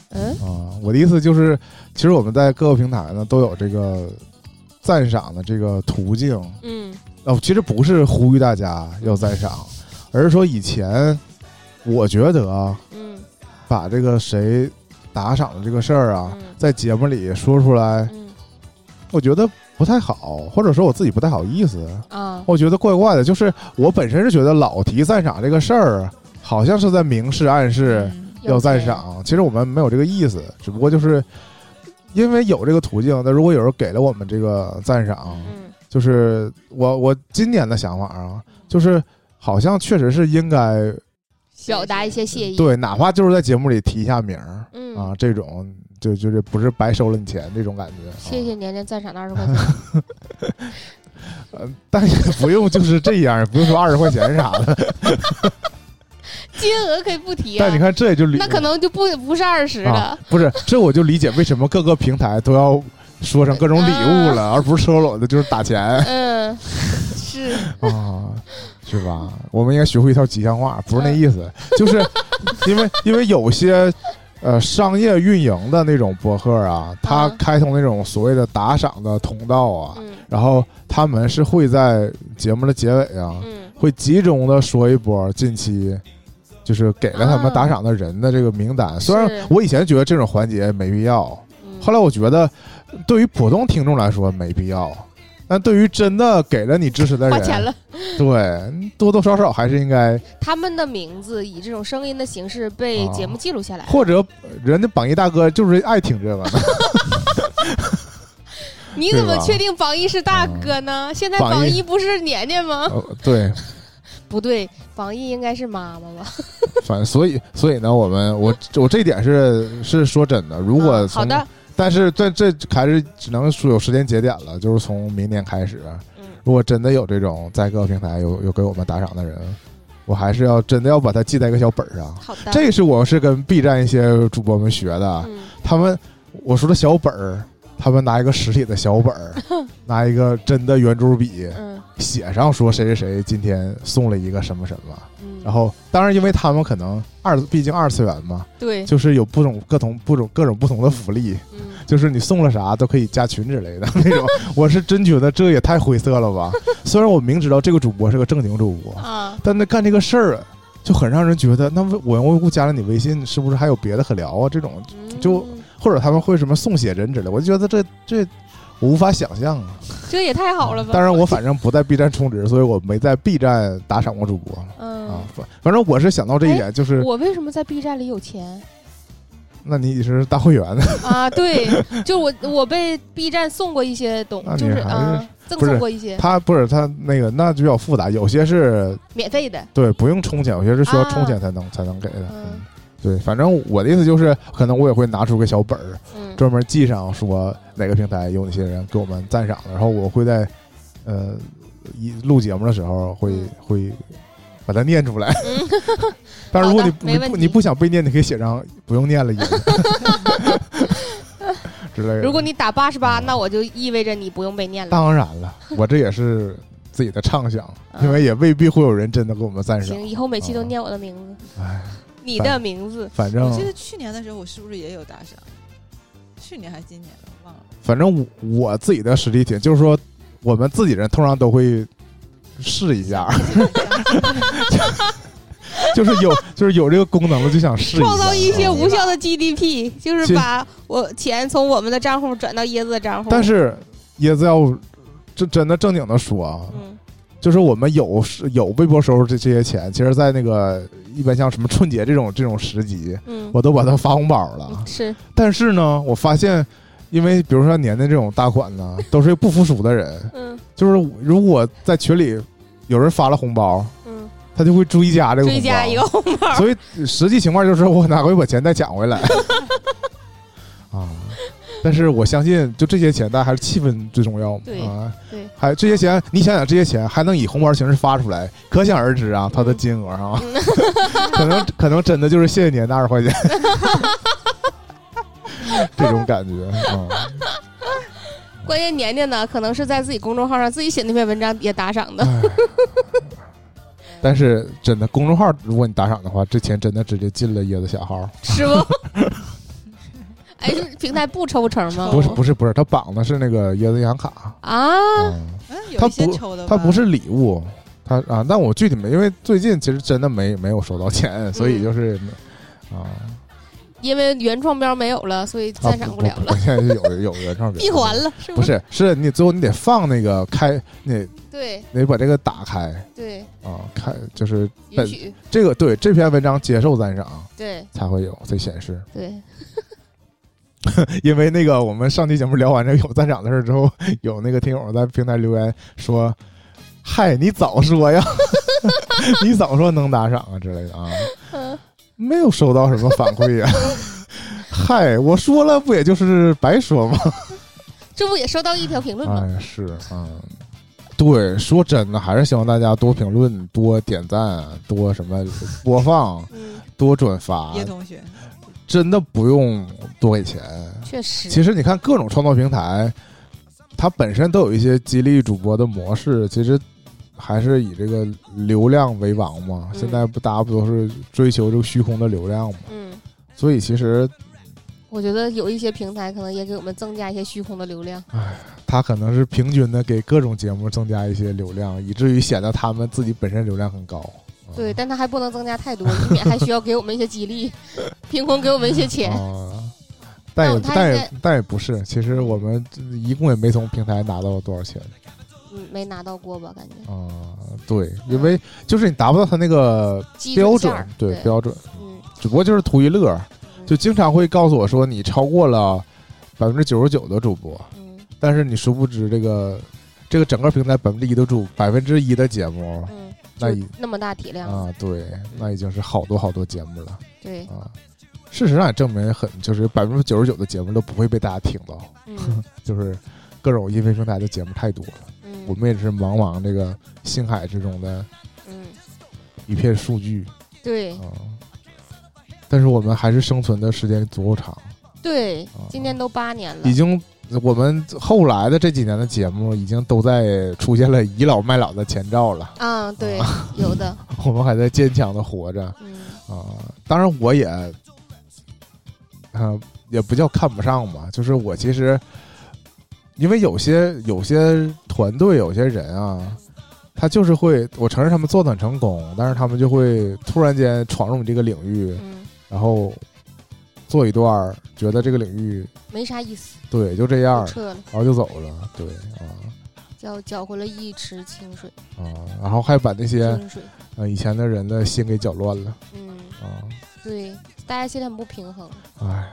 Speaker 1: 嗯，
Speaker 2: 啊、我的意思就是，其实我们在各个平台呢都有这个赞赏的这个途径，
Speaker 1: 嗯
Speaker 2: 哦，其实不是呼吁大家要赞赏，而是说以前我觉得啊
Speaker 1: 嗯
Speaker 2: 把这个谁打赏的这个事儿啊，
Speaker 1: 嗯
Speaker 2: 在节目里说出来，
Speaker 1: 嗯
Speaker 2: 我觉得不太好，或者说我自己不太好意思，
Speaker 1: 啊，
Speaker 2: 我觉得怪怪的。就是我本身是觉得老提赞赏这个事儿，好像是在明示暗示
Speaker 4: 嗯
Speaker 1: 有
Speaker 2: 要赞
Speaker 1: 钱
Speaker 2: 赏，其实我们没有这个意思，只不过就是。因为有这个途径，那如果有人给了我们这个赞赏，
Speaker 1: 嗯
Speaker 2: 就是我我今年的想法啊，就是好像确实是应该
Speaker 1: 表达一些谢意，
Speaker 2: 对，哪怕就是在节目里提一下名儿、
Speaker 1: 嗯
Speaker 2: 啊，这种就就是不是白收了你钱这种感觉。
Speaker 1: 谢谢年年赞赏的二十块
Speaker 2: 啊，呃，但也不用就是这样， 不用说二十块钱啥 的。
Speaker 1: 钱，金额可以不提啊
Speaker 2: 但你，看，这也就理
Speaker 1: 那可能就不不是二十
Speaker 2: 啊
Speaker 1: 了，，
Speaker 2: 不是这我就理解为什么各个平台都要说上各种礼物 了，而不是赤裸裸的就是打钱
Speaker 1: 嗯，是，
Speaker 2: 啊，是吧？我们应该学会一套吉祥话，不是那意 思，就是因为因为有些。呃，商业运营的那种博客啊，它
Speaker 1: 嗯
Speaker 2: 开通那种所谓的打赏的通道啊，
Speaker 1: 嗯
Speaker 2: 然后他们是会在节目的结尾啊，
Speaker 1: 嗯
Speaker 2: 会集中的说一波近期就是给了他们
Speaker 1: 啊
Speaker 2: 打赏的人的这个名单。虽然
Speaker 1: 是
Speaker 2: 我以前觉得这种环节没必要，
Speaker 1: 嗯，
Speaker 2: 后来我觉得对于普通听众来说没必要，但对于真的给了你支持的
Speaker 1: 花钱
Speaker 2: 人，
Speaker 1: 了。
Speaker 2: 对多多少少还是应该，
Speaker 1: 他们的名字以这种声音的形式被
Speaker 2: 啊
Speaker 1: 节目记录下来，
Speaker 2: 或者人家榜一大哥就是爱听这 个呢，
Speaker 1: 你怎么
Speaker 2: 对吧嗯
Speaker 1: 确定榜一是大哥呢？现在
Speaker 2: 榜一
Speaker 1: 榜一不是年年吗？
Speaker 2: 呃对，
Speaker 1: 不对，榜一应该是妈妈吧？
Speaker 2: 反正所以所以呢，我们我我这点是是说真的，如果
Speaker 1: 嗯好
Speaker 2: 从
Speaker 1: 的，
Speaker 2: 但是这这还是只能说有时间节点了，就是从明年开始，
Speaker 1: 嗯，
Speaker 2: 如果真的有这种在各个平台有有给我们打赏的人，我还是要真的要把它记在一个小本儿上。
Speaker 1: 好的，
Speaker 2: 这是我是跟 B 站一些主播们学的，
Speaker 1: 嗯
Speaker 2: 他们我说的小本儿，他们拿一个实体的小本儿，拿一个真的圆珠笔
Speaker 1: 嗯
Speaker 2: 写上说谁谁谁今天送了一个什么什么，
Speaker 1: 嗯，
Speaker 2: 然后当然因为他们可能二毕竟二次元嘛，
Speaker 1: 对，
Speaker 2: 就是有不同各种不种各种不同的福利，
Speaker 1: 嗯
Speaker 2: 就是你送了啥都可以加群之类的那种。我是真觉得这也太灰色了吧！虽然我明知道这个主播是个正经主播，
Speaker 1: 啊，
Speaker 2: 但那干这个事儿就很让人觉得，那我我无故加了你微信，是不是还有别的可聊啊？这种
Speaker 1: 嗯
Speaker 2: 就或者他们会什么送写真之类，我就觉得这这。我无法想象啊！
Speaker 1: 这也太好了吧？
Speaker 2: 当然，我反正不在 B 站充值，所以我没在 B 站打赏过主播啊
Speaker 1: 嗯。，哎
Speaker 2: 反反正我是想到这一点，就是
Speaker 1: 我为什么在 B 站里有 钱
Speaker 2: 那你是大会员，
Speaker 1: 啊？对，就我我被 B 站送过一些东
Speaker 2: 那，你
Speaker 1: 就是
Speaker 2: 还
Speaker 1: 啊，赠
Speaker 2: 不是
Speaker 1: 送过一些
Speaker 2: 他不是他那个那就比较复杂，有些是
Speaker 1: 免费的，
Speaker 2: 对，不用充钱，有些是需要充
Speaker 1: 啊
Speaker 2: 钱才能、才能给的。嗯，对，反正我的意思就是，可能我也会拿出个小本儿，
Speaker 1: 嗯
Speaker 2: 专门记上说哪个平台有哪些人给我们赞赏的，然后我会在呃一录节目的时候会、
Speaker 1: 嗯
Speaker 2: 会把它念出来。但
Speaker 1: 好
Speaker 2: 是如果
Speaker 1: 的
Speaker 2: 你不
Speaker 1: 没
Speaker 2: 你
Speaker 1: 问
Speaker 2: 不
Speaker 1: 题
Speaker 2: 你不想被念，你可以写上不用念 了也之类的。
Speaker 1: 如果你打八十八，
Speaker 2: 嗯
Speaker 1: 那我就意味着你不用被念了。
Speaker 2: 当然了，我这也是自己的畅想，
Speaker 1: 啊
Speaker 2: 因为也未必会有人真的给我们赞赏
Speaker 1: 行，。以后每期都
Speaker 2: 啊
Speaker 1: 念我的名字，
Speaker 2: 哎，
Speaker 1: 你的名字。
Speaker 2: 反正
Speaker 4: 我记得去年的时候，我是不是也有打赏？去年还是今年了，忘了。
Speaker 2: 反正我我自己的实体帖，就是说我们自己人通常都会试一下， 就是有就是有这个功能了就想试一下，
Speaker 1: 创造一些
Speaker 2: 嗯
Speaker 1: 无效的 GDP，就是
Speaker 2: 其
Speaker 1: 把我钱从我们的账户转到椰子的账户。
Speaker 2: 但，是椰子要这真的正经的说啊，
Speaker 1: 嗯
Speaker 2: 就是我们有有微博收入这这些钱，其实，在那个一般像什么春节这种这种时机，
Speaker 1: 嗯，
Speaker 2: 我都把它发红包了。
Speaker 1: 是
Speaker 2: 但是呢，我发现，因为比如说年的这种大款呢，都是不服输的人，
Speaker 1: 嗯
Speaker 2: 就是如果在群里有人发了红包，
Speaker 1: 嗯，
Speaker 2: 他就会追加这个红
Speaker 1: 追
Speaker 2: 包
Speaker 1: 加一个红包。
Speaker 2: 哎所以实际情况就是我拿回把钱再抢回来 啊。但是我相信，就这些钱，但还是气氛最重要嘛。
Speaker 1: 对
Speaker 2: 啊，
Speaker 1: 对
Speaker 2: 还这些钱，你想想，这些钱还能以红包形式发出来，可想而知啊，它
Speaker 1: 嗯
Speaker 2: 的金额啊， 可能可能真的就是谢谢您的二十块 钱，这种感觉啊。
Speaker 1: 关键 年年呢，可能是在自己公众号上自己写那篇文章也打赏的。
Speaker 2: 唉哎但是真的公众号，如果你打赏的话，这钱真的直接进了椰子小号，
Speaker 1: 是 不？哎，是平台不抽成吗？
Speaker 2: 不是不是不是，他绑的是那个椰子银行卡，
Speaker 1: 啊，
Speaker 2: 嗯，
Speaker 4: 嗯，
Speaker 2: 他
Speaker 4: 有一些
Speaker 2: 不
Speaker 4: 抽的吧，
Speaker 2: 它不是礼物，它啊，但我具体没，因为最近其实真的没没有收到钱，所以就是啊
Speaker 1: 因为原创标没有了，所以
Speaker 2: 啊
Speaker 1: 赞赏
Speaker 2: 不
Speaker 1: 不了了。
Speaker 2: 我现在就有有原创
Speaker 4: 闭环了，是
Speaker 2: 不
Speaker 4: 吗？
Speaker 2: 是是你最后你得放那个开，你得
Speaker 1: 对
Speaker 2: 你得把这个打开
Speaker 1: 对，
Speaker 2: 啊，开就是
Speaker 1: 允
Speaker 2: 本
Speaker 1: 许，
Speaker 2: 这个对这篇文章接受赞赏
Speaker 1: 对
Speaker 2: 才会有才显示，
Speaker 1: 对，
Speaker 2: 因为那个我们上期节目聊完这个有赞赏的事儿之后，有那个听友在平台留言说：“嗨，你早说呀， 你早说能打赏啊之类的啊。”没有收到什么反馈呀、嗨，我说了不也就是白说吗？
Speaker 1: 这不也收到一条评论吗？
Speaker 2: 哎，是嗯。对，说真的，还是希望大家多评论、多点赞、啊多什么播放、
Speaker 1: 嗯，
Speaker 2: 多转发，
Speaker 4: 叶同学，
Speaker 2: 真的不用多给钱。
Speaker 1: 确实，
Speaker 2: 其实你看各种创作平台，它本身都有一些激励主播的模式，其实还是以这个流量为王嘛。
Speaker 1: 嗯
Speaker 2: 现在不大家不都是追求这个虚空的流量嘛？
Speaker 1: 嗯，
Speaker 2: 所以其实
Speaker 1: 我觉得有一些平台可能也给我们增加一些虚空的流量。
Speaker 2: 哦它可能是平均的给各种节目增加一些流量，以至于显得他们自己本身流量很高。啊
Speaker 1: 对，但它还不能增加太多， 以免还需要给我们一些激励，凭空给我们一些钱。
Speaker 2: 啊但也
Speaker 1: 那我看
Speaker 2: 但也
Speaker 1: 现
Speaker 2: 但也不是，其实我们一共也没从平台拿到多少钱。
Speaker 1: 嗯，没拿到过吧？感觉
Speaker 2: 啊、对，因为就是你达不到他那个
Speaker 1: 基
Speaker 2: 标
Speaker 1: 线
Speaker 2: 准
Speaker 1: 儿，
Speaker 2: 对
Speaker 1: 对，
Speaker 2: 标准，
Speaker 1: 嗯，
Speaker 2: 只不过就是图一乐，
Speaker 1: 嗯
Speaker 2: 就经常会告诉我说你超过了百分之九十九的主播，
Speaker 1: 嗯
Speaker 2: 但是你殊不知这个这个整个平台百分之一的主百分之一的节目，
Speaker 1: 嗯，
Speaker 2: 那
Speaker 1: 就
Speaker 2: 已
Speaker 1: 那么大体量，
Speaker 2: 啊对，那已经是好多好多节目了
Speaker 1: 对，
Speaker 2: 啊。事实上也证明很，就是百分之九十九的节目都不会被大家听到，
Speaker 1: 嗯
Speaker 2: 就是各种音频平台的节目太多了，我
Speaker 1: 嗯
Speaker 2: 们也是茫茫这个星海之中的
Speaker 1: 嗯，
Speaker 2: 一片数据
Speaker 1: 对
Speaker 2: 啊。但是我们还是生存的时间足够长，
Speaker 1: 对
Speaker 2: 啊，
Speaker 1: 今年都八年了
Speaker 2: 已，经我们后来的这几年的节目，已经都在出现了倚老卖老的前兆了。
Speaker 1: 啊，对，有 的，
Speaker 2: 我们还在坚强的活着啊、
Speaker 1: 嗯
Speaker 2: 当然，我也，啊、也不叫看不上吧，就是我其实，因为有些有些团队有些人啊，他就是会，我承认他们做的很成功，但是他们就会突然间闯入你这个领域，
Speaker 1: 嗯，
Speaker 2: 然后做一段儿，觉得这个领域
Speaker 1: 没啥意思，
Speaker 2: 对就这样
Speaker 1: 就
Speaker 2: 儿，
Speaker 1: 撤了，
Speaker 2: 然后就走了，对啊。
Speaker 1: 叫搅回了一池清水，
Speaker 2: 啊，然后还把那些
Speaker 1: 清水，
Speaker 2: 呃以前的人的心给搅乱了
Speaker 1: 嗯，
Speaker 2: 啊，
Speaker 1: 对，大家心里很不平衡，
Speaker 2: 唉。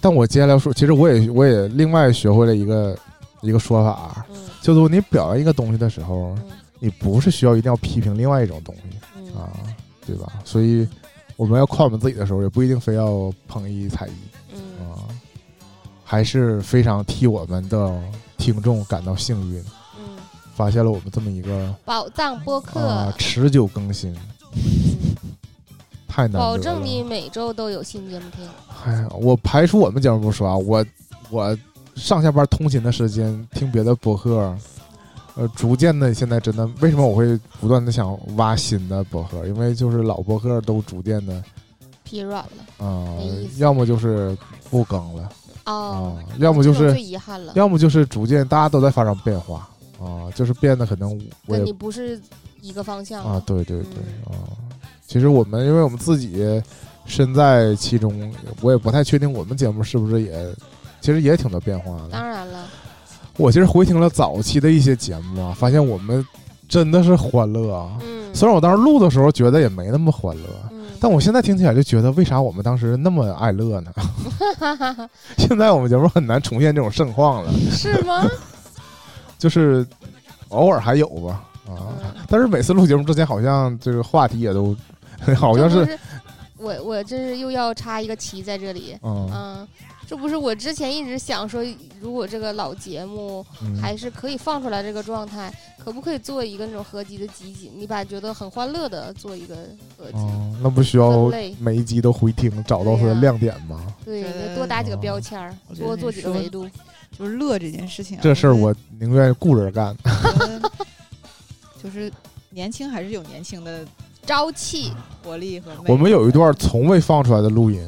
Speaker 2: 但我接下来说，其实我也我也另外学会了一个一个说法，
Speaker 1: 嗯
Speaker 2: 就是你表扬一个东西的时候，
Speaker 1: 嗯
Speaker 2: 你不是需要一定要批评另外一种东西
Speaker 1: 嗯，
Speaker 2: 啊，对吧？所以我们要夸我们自己的时候，也不一定非要捧一踩一
Speaker 1: 嗯
Speaker 2: 啊，还是非常替我们的听众感到幸运，
Speaker 1: 嗯，
Speaker 2: 发现了我们这么一个
Speaker 1: 宝藏播客
Speaker 2: 哦啊，持久更新，
Speaker 1: 嗯
Speaker 2: 太难得了。
Speaker 1: 保证你每周都有新节目听，
Speaker 2: 哎呀，我排除我们节目不说啊，我我上下班通勤的时间听别的博客，呃，逐渐的现在真的，为什么我会不断的想挖新的博客？因为就是老博客都逐渐的
Speaker 1: 疲软了，
Speaker 2: 啊、
Speaker 1: 没意思
Speaker 2: 要么就是不更了啊、
Speaker 1: 哦，
Speaker 2: 要么就
Speaker 1: 这种
Speaker 2: 是
Speaker 1: 最遗憾了。
Speaker 2: 要么就是逐渐大家都在发生变化啊、就是变得可能我
Speaker 1: 跟
Speaker 2: 也
Speaker 1: 你不是一个方向
Speaker 2: 啊，，对对对
Speaker 1: 嗯
Speaker 2: 啊、其实我们因为我们自己身在其中，我也不太确定我们节目是不是也，其实也挺多变化的。
Speaker 1: 当然了，
Speaker 2: 我其实回听了早期的一些节目啊，发现我们真的是欢乐啊。
Speaker 1: 嗯，
Speaker 2: 虽然我当时录的时候觉得也没那么欢乐，
Speaker 1: 嗯，
Speaker 2: 但我现在听起来就觉得为啥我们当时那么爱乐呢？ 现在我们节目很难重现这种盛况了，
Speaker 1: 是 吗？
Speaker 2: 就是偶尔还有吧啊。
Speaker 1: 嗯
Speaker 2: 但是每次录节目之前，好像这个话题也都 好像
Speaker 1: 这
Speaker 2: 是
Speaker 1: 不是我我这是又要插一个旗在这里，
Speaker 2: 嗯，
Speaker 1: 嗯，这不是我之前一直想说，如果这个老节目
Speaker 2: 嗯
Speaker 1: 还是可以放出来这个状态，可不可以做一个那种合集的集锦？你把觉得很欢乐的做一个合集，
Speaker 2: 哦，那不需要
Speaker 1: 分类
Speaker 2: 每一集都回听，找到它的亮点吗？
Speaker 1: 对，
Speaker 4: 觉得
Speaker 1: 多打几个
Speaker 2: 哦
Speaker 1: 标签儿
Speaker 4: 我，觉
Speaker 1: 多
Speaker 4: 得你
Speaker 1: 做几个
Speaker 4: 说
Speaker 1: 维度，
Speaker 4: 就是乐这件事情 啊，
Speaker 2: 这事儿我宁愿雇人干。
Speaker 4: 觉得就是年轻还是有年轻的
Speaker 1: 朝气，
Speaker 4: 活力和魅力。
Speaker 2: 我们有一段从未放出来的录音，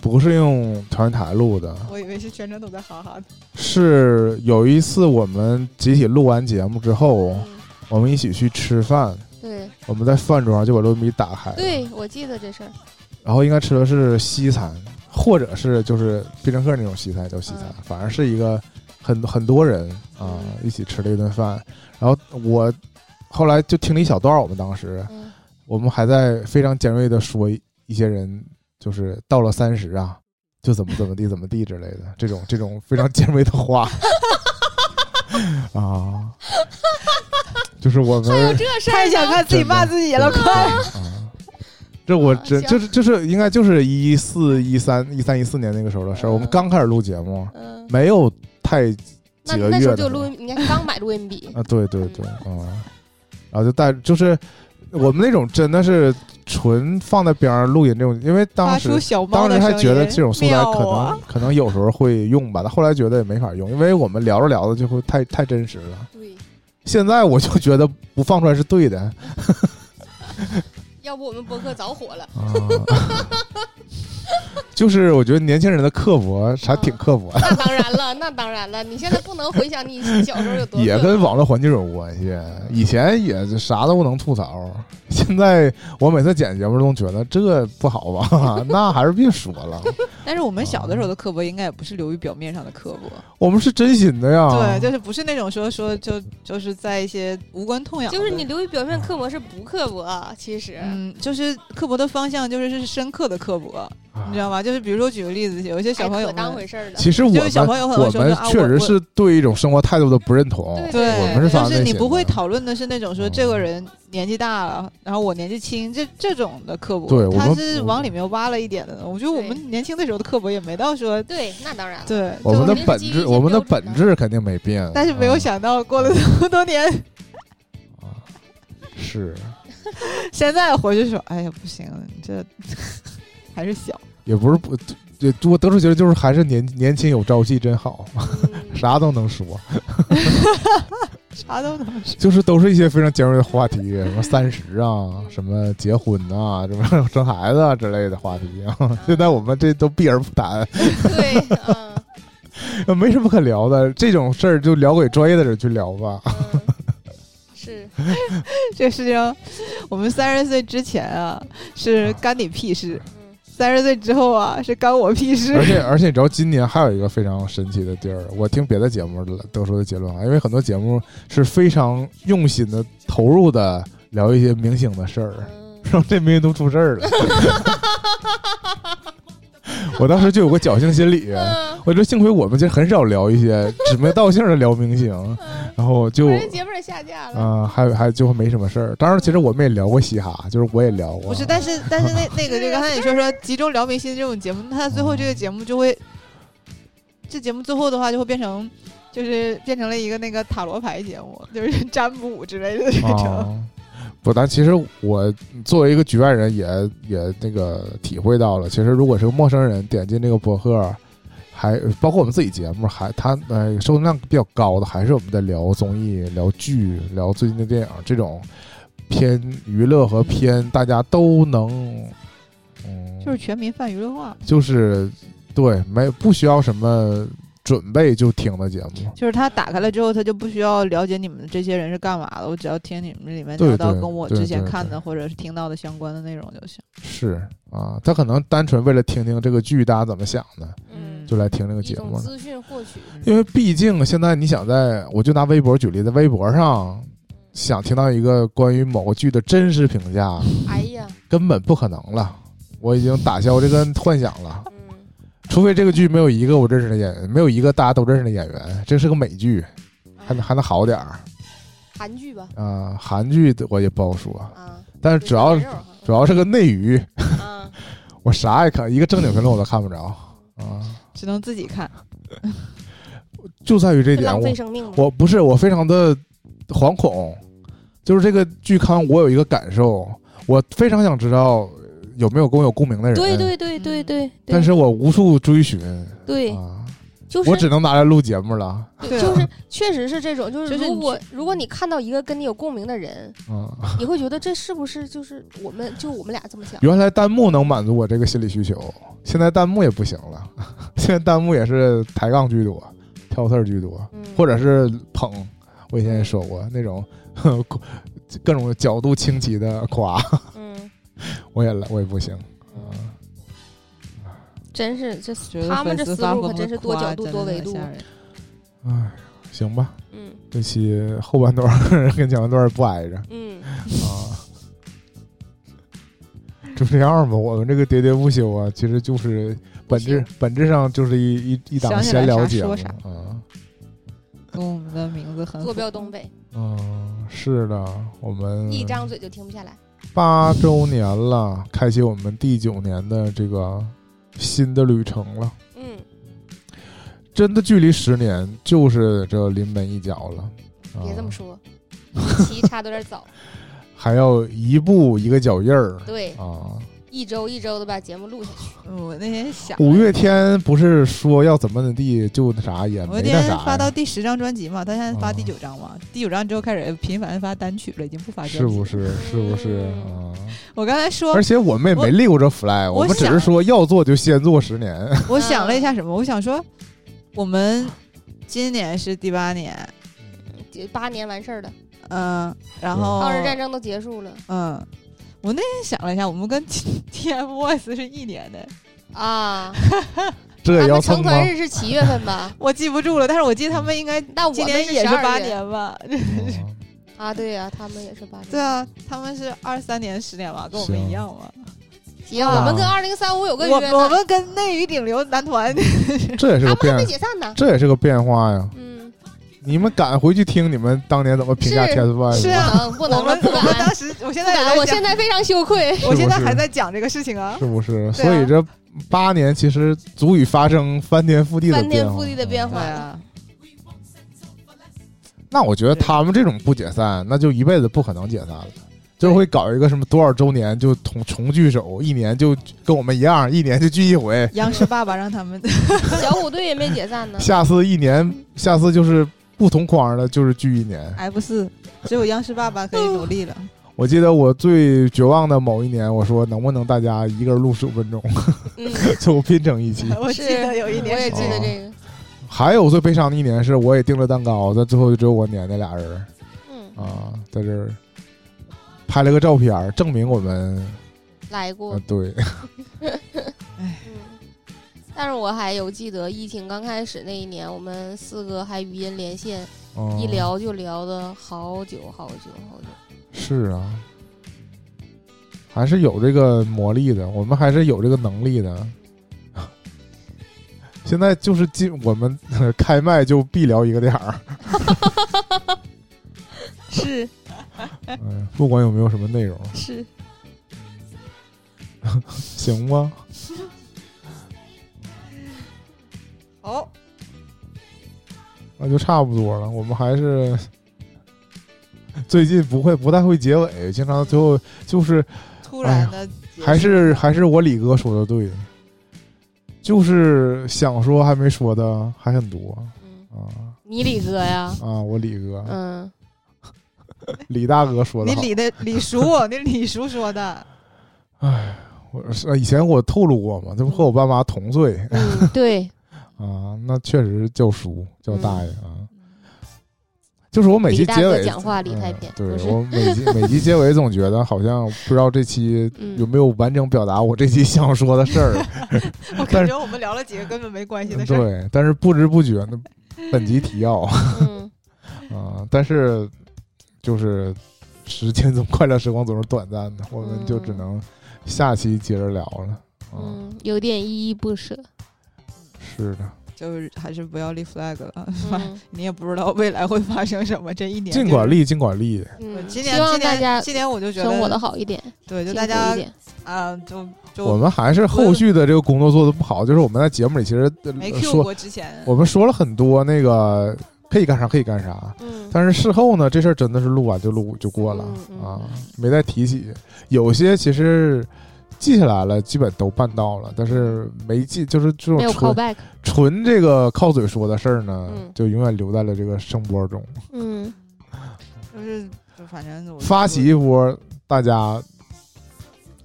Speaker 2: 不是用调音台录的，
Speaker 4: 我以为是全程都在哈哈的，
Speaker 2: 是有一次我们集体录完节目之后，
Speaker 1: 嗯
Speaker 2: 我们一起去吃饭，
Speaker 1: 对
Speaker 2: 我们在饭桌上就把录音笔打开，
Speaker 1: 对，我记得这事儿，
Speaker 2: 然后应该吃的是西餐，或者是就是必胜客那种西餐叫西餐，
Speaker 1: 嗯
Speaker 2: 反正是一个很很多人啊、
Speaker 1: 嗯
Speaker 2: 一起吃了一顿饭。然后我后来就听了一小段儿，我们当时
Speaker 1: 嗯
Speaker 2: 我们还在非常尖锐的说一一些人就是到了三十啊，就怎么怎么地怎么地之类 的这种这种非常尖锐的话啊，就是我们
Speaker 1: 还有这事
Speaker 4: 太
Speaker 1: 儿
Speaker 4: 想
Speaker 1: 呢，
Speaker 4: 看自己骂自己了，
Speaker 2: 真
Speaker 4: 快！
Speaker 2: 的
Speaker 1: 嗯
Speaker 2: 啊！这我真
Speaker 1: 行
Speaker 2: 就是就是应该就是一四一三一三一四年那个时候的事儿，
Speaker 1: 嗯
Speaker 2: 我们刚开始录节目，
Speaker 1: 嗯，
Speaker 2: 没有太
Speaker 1: 那
Speaker 2: 几个
Speaker 1: 那时
Speaker 2: 月
Speaker 1: 候
Speaker 2: 的时
Speaker 1: 就
Speaker 2: 候
Speaker 1: 录音，你看刚买录音 笔，
Speaker 2: 啊，对对对，嗯，然后就带就是我们那种真的是纯放在边上录音这种，因为当
Speaker 4: 发
Speaker 2: 时
Speaker 4: 出小猫
Speaker 2: 当
Speaker 4: 的
Speaker 2: 时
Speaker 4: 声
Speaker 2: 还
Speaker 4: 音。
Speaker 2: 觉得这种素材
Speaker 4: 妙
Speaker 2: 可能、
Speaker 4: 啊
Speaker 2: 可能有时候会用吧，但后来觉得也没法用，因为我们聊着聊着就会太太真实了。
Speaker 1: 对，
Speaker 2: 现在我就觉得不放出来是对的，
Speaker 1: 要不我们播客早火 了，
Speaker 2: 啊， 就是我觉得年轻人的刻薄还挺刻薄 的，
Speaker 1: 那当然了，那当然了，你现在不能回想你小时候有多
Speaker 2: 也
Speaker 1: 热
Speaker 2: 跟网络环境有关系。以前也是啥都能吐槽，现在我每次剪节目都觉得这不好吧， 那还是别说了。
Speaker 4: 但是我们小的时候的刻薄，应该也不是流于表面上的刻薄，
Speaker 2: 我们是真心的呀，
Speaker 4: 对，就是不是那种说说就就是在一些无关痛痒的，
Speaker 1: 就是你流于表面刻薄是不刻薄，其实，
Speaker 4: 嗯，就是刻薄的方向就是是深刻的刻薄，
Speaker 2: 啊
Speaker 4: 你知道吗？就是比如说举个例子，有一些小
Speaker 1: 哎
Speaker 4: 朋友
Speaker 1: 可
Speaker 4: 们
Speaker 1: 当回事儿了。
Speaker 2: 其实我
Speaker 4: 就是小
Speaker 2: 们
Speaker 4: 朋友可
Speaker 2: 我
Speaker 4: 能说
Speaker 2: 们
Speaker 4: 啊
Speaker 2: 确实
Speaker 4: 我
Speaker 2: 是对一种生活态度的不认同，
Speaker 1: 对
Speaker 4: 对，
Speaker 2: 我们是发
Speaker 4: 就
Speaker 2: 自内
Speaker 4: 是你
Speaker 2: 心
Speaker 4: 不会
Speaker 2: 的
Speaker 4: 讨论的是那种说
Speaker 2: 嗯
Speaker 4: 这个人年纪大了，然后我年纪轻，这这种的刻薄，
Speaker 2: 对我
Speaker 4: 他
Speaker 2: 们
Speaker 4: 是
Speaker 2: 不
Speaker 4: 往里面挖了一点的。我觉得我们年轻的时候的刻薄也没到说，
Speaker 1: 对，那当然了。
Speaker 4: 对，
Speaker 2: 我们的
Speaker 4: 就
Speaker 1: 就是
Speaker 2: 本
Speaker 1: 基于一
Speaker 2: 质，
Speaker 1: 些
Speaker 2: 我们的
Speaker 1: 标准
Speaker 2: 本
Speaker 1: 的
Speaker 2: 质肯定没变，
Speaker 4: 但是没有
Speaker 2: 嗯
Speaker 4: 想到过了这么多年，
Speaker 2: 啊是。
Speaker 4: 现在回去说，哎呀不行，你这 还是小，
Speaker 2: 也不是不，对，我得出结论就是还是年年轻有朝气真好，
Speaker 1: 嗯
Speaker 2: 啥都能说，
Speaker 4: 啥都能 说。
Speaker 2: 就是都是一些非常尖锐的话题，什么三十啊，什么结婚啊，什么生孩子啊之类的话题啊。 现在我们这都避而不谈，
Speaker 1: 对，嗯，
Speaker 2: 没什么可聊的，这种事儿就聊给专业的人去聊吧。
Speaker 1: 嗯是，
Speaker 4: 这个事情，我们三十岁之前啊是干你屁事，
Speaker 1: 嗯
Speaker 4: 三十岁之后啊是干我屁事
Speaker 2: 而。且而且你知道，今年还有一个非常神奇的地儿，我听别的节目得出的结论啊，因为很多节目是非常用心的投入的聊一些明星的事儿。
Speaker 1: 嗯
Speaker 2: 让这明星都出事儿了。 我当时就有个侥幸心理，啊
Speaker 1: 嗯，
Speaker 2: 我觉得幸亏我们其实很少聊一些指名道姓的聊明星，然后就
Speaker 1: 人嗯节目也下架了。
Speaker 2: 啊、还还就没什么事儿。当然，其实我们也聊过嘻哈，就是我也聊过，
Speaker 4: 不是，但是但是那那个就刚才你说说集中聊明星这种节目，那它最后这个节目就会，这节目最后的话就会变成，就是变成了一个那个塔罗牌节目，就是占卜之类的那种。
Speaker 2: 啊。 不，但其实我作为一个局外人也，也那个体会到了，其实如果是个陌生人点进这个博客，还包括我们自己节目，还他呃收听量比较高的，还是我们在聊综艺、聊剧、聊最近的电影这种偏娱乐和偏大家都能，嗯，
Speaker 4: 就是全民泛娱乐化，
Speaker 2: 就是对，没不需要什么准备就听的节目。
Speaker 4: 就是他打开了之后，他就不需要了解你们这些人是干嘛的，我只要听你们里面
Speaker 2: 对
Speaker 4: 聊到
Speaker 2: 对
Speaker 4: 跟我
Speaker 2: 对
Speaker 4: 之前
Speaker 2: 对
Speaker 4: 看的
Speaker 2: 对
Speaker 4: 或者是听到的相关的内容就行。
Speaker 2: 是啊，他可能单纯为了听听这个剧大家怎么想的，
Speaker 1: 嗯，
Speaker 2: 就来听这个
Speaker 1: 一
Speaker 2: 节目
Speaker 1: 种
Speaker 2: 了。嗯
Speaker 1: 资讯获取，
Speaker 2: 因为毕竟现在你想在，我就拿微博举例，在微博上想听到一个关于某个剧的真实评价，
Speaker 1: 哎呀，
Speaker 2: 根本不可能了。我已经打消这个幻想了，
Speaker 1: 嗯，
Speaker 2: 除非这个剧没有一个我认识的演员，没有一个大家都认识的演员，这是个美剧，还能还能好点儿啊、
Speaker 1: 韩剧吧，
Speaker 2: 韩剧的我也不好说，
Speaker 1: 啊，
Speaker 2: 但是只要
Speaker 1: 有点肉哈
Speaker 2: 主要是个内娱，
Speaker 1: 啊，
Speaker 2: 我啥也看，一个正经评论我都看不着啊、
Speaker 4: 只能自 己看，
Speaker 2: 就在于这
Speaker 1: 会
Speaker 2: 点，
Speaker 1: 浪
Speaker 2: 我
Speaker 1: 费生命吗？
Speaker 2: 我不是，我非常的惶恐，就是这个剧刊，我有一个感受，我非常想知道有没有跟我有共鸣的人，
Speaker 1: 对对对对对，对
Speaker 2: 但是我无处追寻
Speaker 1: 对，
Speaker 2: 啊，
Speaker 1: 就是
Speaker 2: 我只能拿来录节目了。
Speaker 4: 对
Speaker 1: 对，
Speaker 4: 啊
Speaker 1: 就是确实是这种，就
Speaker 4: 就是是
Speaker 1: 如
Speaker 4: 你
Speaker 1: 果如果你看到一个跟你有共鸣的人，
Speaker 2: 嗯，
Speaker 1: 你会觉得这是不是就是我们就我们俩这么想？
Speaker 2: 原来弹幕能满足我这个心理需求，现在弹幕也不行了， 现在弹幕也是抬杠居多，挑刺儿居多，
Speaker 1: 嗯，
Speaker 2: 或者是捧。我以前也说过那种 呵各种角度清奇的夸，
Speaker 1: 嗯，
Speaker 2: 我也来我也不行。嗯
Speaker 1: 真是这
Speaker 4: 觉得
Speaker 1: 他们
Speaker 4: 粉
Speaker 1: 这
Speaker 4: 丝
Speaker 1: 思
Speaker 4: 发
Speaker 1: 路可
Speaker 4: 疯
Speaker 1: 真
Speaker 4: 的
Speaker 1: 是多
Speaker 4: 夸
Speaker 1: 角度
Speaker 4: 真
Speaker 1: 多
Speaker 4: 的
Speaker 1: 维
Speaker 4: 很
Speaker 1: 度
Speaker 4: 吓 人
Speaker 2: 唉，哎行吧，
Speaker 1: 嗯
Speaker 2: 这期后半段儿跟前半段儿不挨着
Speaker 1: 嗯，
Speaker 2: 啊， 就这样吧。我们这个喋喋不休啊，其实就是本质本质上就是一一一档
Speaker 4: 想起来
Speaker 2: 闲聊
Speaker 4: 啥
Speaker 2: 节目
Speaker 4: 说啥
Speaker 2: 啊。
Speaker 4: 跟我们的名字很
Speaker 1: 坐
Speaker 4: 符
Speaker 1: 标东北，
Speaker 2: 嗯，是的，我们
Speaker 1: 一张嘴就停不下来。
Speaker 2: 八周年了，开启我们第九年的这个新的旅程了。
Speaker 1: 嗯，
Speaker 2: 真的距离十年就是这临门一脚了。啊
Speaker 1: 别这么 说，一期差的有点早。
Speaker 2: 还要一步一个脚印儿
Speaker 1: 对，
Speaker 2: 啊！
Speaker 1: 一周一周的把节目录下去。
Speaker 4: 嗯我那天想，
Speaker 2: 五月天不是说要怎么怎么地就那啥也
Speaker 4: 我那
Speaker 2: 没那
Speaker 4: 天
Speaker 2: 啥
Speaker 4: 发到
Speaker 2: 呀，
Speaker 4: 第十张专辑嘛，他现在发第
Speaker 2: 哦
Speaker 4: 九张嘛，第九张之后开始频繁发单曲了，已经不发专辑。
Speaker 2: 是不？是？是不是啊
Speaker 1: 嗯？
Speaker 4: 啊我刚才说
Speaker 2: 而，且我们也没立过这 flag，
Speaker 4: 我
Speaker 2: 我们只是
Speaker 4: 想
Speaker 2: 说要做就先做十年。
Speaker 4: 我想了一下什么，我想说，我们今年是第八年，
Speaker 1: 就八年完事儿了，
Speaker 4: 嗯，然
Speaker 2: 哦
Speaker 4: 后
Speaker 1: 抗日战争都结束了
Speaker 4: 嗯，我那天想了一下，我们跟 TFBOYS 是一年的，
Speaker 1: 啊！
Speaker 2: 这
Speaker 1: 他
Speaker 2: 也要
Speaker 1: 们
Speaker 2: 蹭
Speaker 1: 成
Speaker 2: 吗？
Speaker 1: 团日是七月份吧？
Speaker 4: 我记不住了，但是我记得他们应该
Speaker 1: 哦但我
Speaker 4: 今
Speaker 1: 们
Speaker 4: 年也是
Speaker 1: 12
Speaker 4: 八
Speaker 1: 月嗯
Speaker 4: 年吧？
Speaker 2: 啊
Speaker 1: 啊，对呀、他们也是八年。
Speaker 4: 对，啊，他们是二三年十年吧，跟我
Speaker 2: 行
Speaker 4: 们一样嘛。
Speaker 1: 行，我
Speaker 2: 啊
Speaker 1: 们跟二零三五有个
Speaker 4: 我
Speaker 1: 约
Speaker 4: 我
Speaker 1: 呢，
Speaker 4: 们跟内娱顶流男团，
Speaker 2: 这也是
Speaker 1: 他
Speaker 2: 个
Speaker 1: 们还没
Speaker 2: 变，
Speaker 1: 解散呢。
Speaker 2: 这也是个变化呀！
Speaker 1: 嗯，
Speaker 2: 你们敢回去听你们当年怎么评价
Speaker 1: 是
Speaker 2: TFBOYS？
Speaker 4: 是
Speaker 1: 不
Speaker 4: 啊
Speaker 1: 能不
Speaker 4: 我
Speaker 1: 能了，
Speaker 4: 们
Speaker 1: 不
Speaker 4: 我们
Speaker 1: 敢
Speaker 4: 当时，我现
Speaker 1: 不
Speaker 4: 在也
Speaker 1: 敢，
Speaker 4: 在
Speaker 1: 我
Speaker 4: 讲
Speaker 1: 现在非常羞 愧。
Speaker 4: 我现在
Speaker 2: 是不是
Speaker 4: 还在讲这个事情啊。
Speaker 2: 是不是？
Speaker 4: 对啊
Speaker 2: 所以这八年其实足以发生翻天覆地的
Speaker 1: 翻天
Speaker 2: 变化嗯
Speaker 1: 覆地的变化
Speaker 4: 对 啊，
Speaker 2: 那我觉得他们这种不解散，那就一辈子不可能解散了。就会搞一个什么多少周年就同重聚首，一年就跟我们一样，一年就聚一回。
Speaker 4: 央视爸爸让他们
Speaker 1: 小虎队也没解散呢，
Speaker 2: 下次一年，下次就是不同框的，就是聚一年。
Speaker 4: F 四，哎只有央视爸爸可以努力了。
Speaker 2: 我记得我最绝望的某一年，我说能不能大家一个人录十五分钟，
Speaker 1: 嗯，
Speaker 2: 就拼成一期。
Speaker 4: 我
Speaker 1: 是
Speaker 4: 记得有一
Speaker 1: 我也
Speaker 4: 年
Speaker 1: 记得这
Speaker 2: 哦
Speaker 1: 个，
Speaker 2: 还有最悲伤的一年是，我也订了蛋糕，但最后就只有我撵那俩人儿
Speaker 1: 嗯，
Speaker 2: 啊，在这儿拍了个照片儿，证明我们
Speaker 1: 来
Speaker 2: 啊
Speaker 1: 过，
Speaker 2: 对，
Speaker 1: 嗯。但是我还有记得疫情刚开始那一年，我们四个还语音连线，
Speaker 2: 嗯
Speaker 1: 一聊就聊的好久好久好久。
Speaker 2: 是啊，还是有这个魔力的，我们还是有这个能力的。 现在就是进我们开麦就必聊一个点儿，
Speaker 4: 是
Speaker 2: 嗯，不管有没有什么内容，
Speaker 4: 是，
Speaker 2: 行吗？
Speaker 4: 哦，
Speaker 2: 那就差不多了。我们还是最近不会不太会结尾，经常最后就是
Speaker 4: 突然的结束
Speaker 2: 还是还是我李哥说的对，就是想说还没说的还很多
Speaker 1: 嗯，
Speaker 2: 啊
Speaker 1: 你李哥呀，
Speaker 2: 啊！我李哥，
Speaker 1: 嗯，
Speaker 2: 李大哥说的
Speaker 4: 你
Speaker 2: 好。
Speaker 4: 李的李叔，你李叔说的，
Speaker 2: 我啊是以前我透露过嘛，这不和我爸妈同岁
Speaker 1: 嗯，对，
Speaker 2: 啊，那确实叫叔叫大爷啊。就是 我每期
Speaker 1: 嗯李大
Speaker 2: 结
Speaker 1: 哥
Speaker 2: 尾，
Speaker 1: 讲话离太偏，
Speaker 2: 嗯
Speaker 1: 不
Speaker 2: 对
Speaker 1: 是，
Speaker 2: 我 每集每集结尾总觉得好像不知道这期有
Speaker 1: 嗯，
Speaker 2: 没有完整表达我这期想说的事 儿。 但
Speaker 4: 我感
Speaker 2: 是
Speaker 4: 觉我们聊了几个根本没关系的事儿。
Speaker 2: 对，但是不知不觉呢，本集提要啊、
Speaker 1: 嗯，
Speaker 2: 但是就是时间总快乐，时光总是短暂的，我们就只
Speaker 1: 嗯
Speaker 2: 能下期接着聊了。啊、
Speaker 1: 嗯，有点依依不 舍。
Speaker 2: 是的。
Speaker 4: 就是还是不要立 flag 了，啊
Speaker 1: 嗯
Speaker 4: 你也不知道未来会发生什么。这一年
Speaker 2: 尽管立，尽管立，
Speaker 1: 嗯，
Speaker 4: 就是，今
Speaker 1: 希
Speaker 4: 年
Speaker 1: 望大家
Speaker 4: 今年我就觉得
Speaker 1: 生活的好一点，
Speaker 4: 对，就
Speaker 1: 幸
Speaker 4: 大
Speaker 1: 福
Speaker 4: 家
Speaker 1: 一点。
Speaker 4: 啊，就
Speaker 2: 我
Speaker 4: 就
Speaker 2: 们还是后续的这个工作做的不好，就是我们在节目里其实呃
Speaker 4: 没 Q
Speaker 2: 说，
Speaker 4: 过之前，
Speaker 2: 我们说了很多那个可以干啥可以干啥，
Speaker 1: 嗯，
Speaker 2: 但是事后呢，这事儿真的是录完就录就过了
Speaker 1: 嗯嗯
Speaker 2: 啊，没再提起。有些其实记下来了，基本都办到了，但是没记就是这种
Speaker 1: 没有
Speaker 2: 纯
Speaker 1: callback，
Speaker 2: 纯这个靠嘴说的事儿呢，
Speaker 1: 嗯
Speaker 2: 就永远留在了这个声波中。
Speaker 1: 嗯，
Speaker 4: 就是就反正我
Speaker 2: 发起一波大家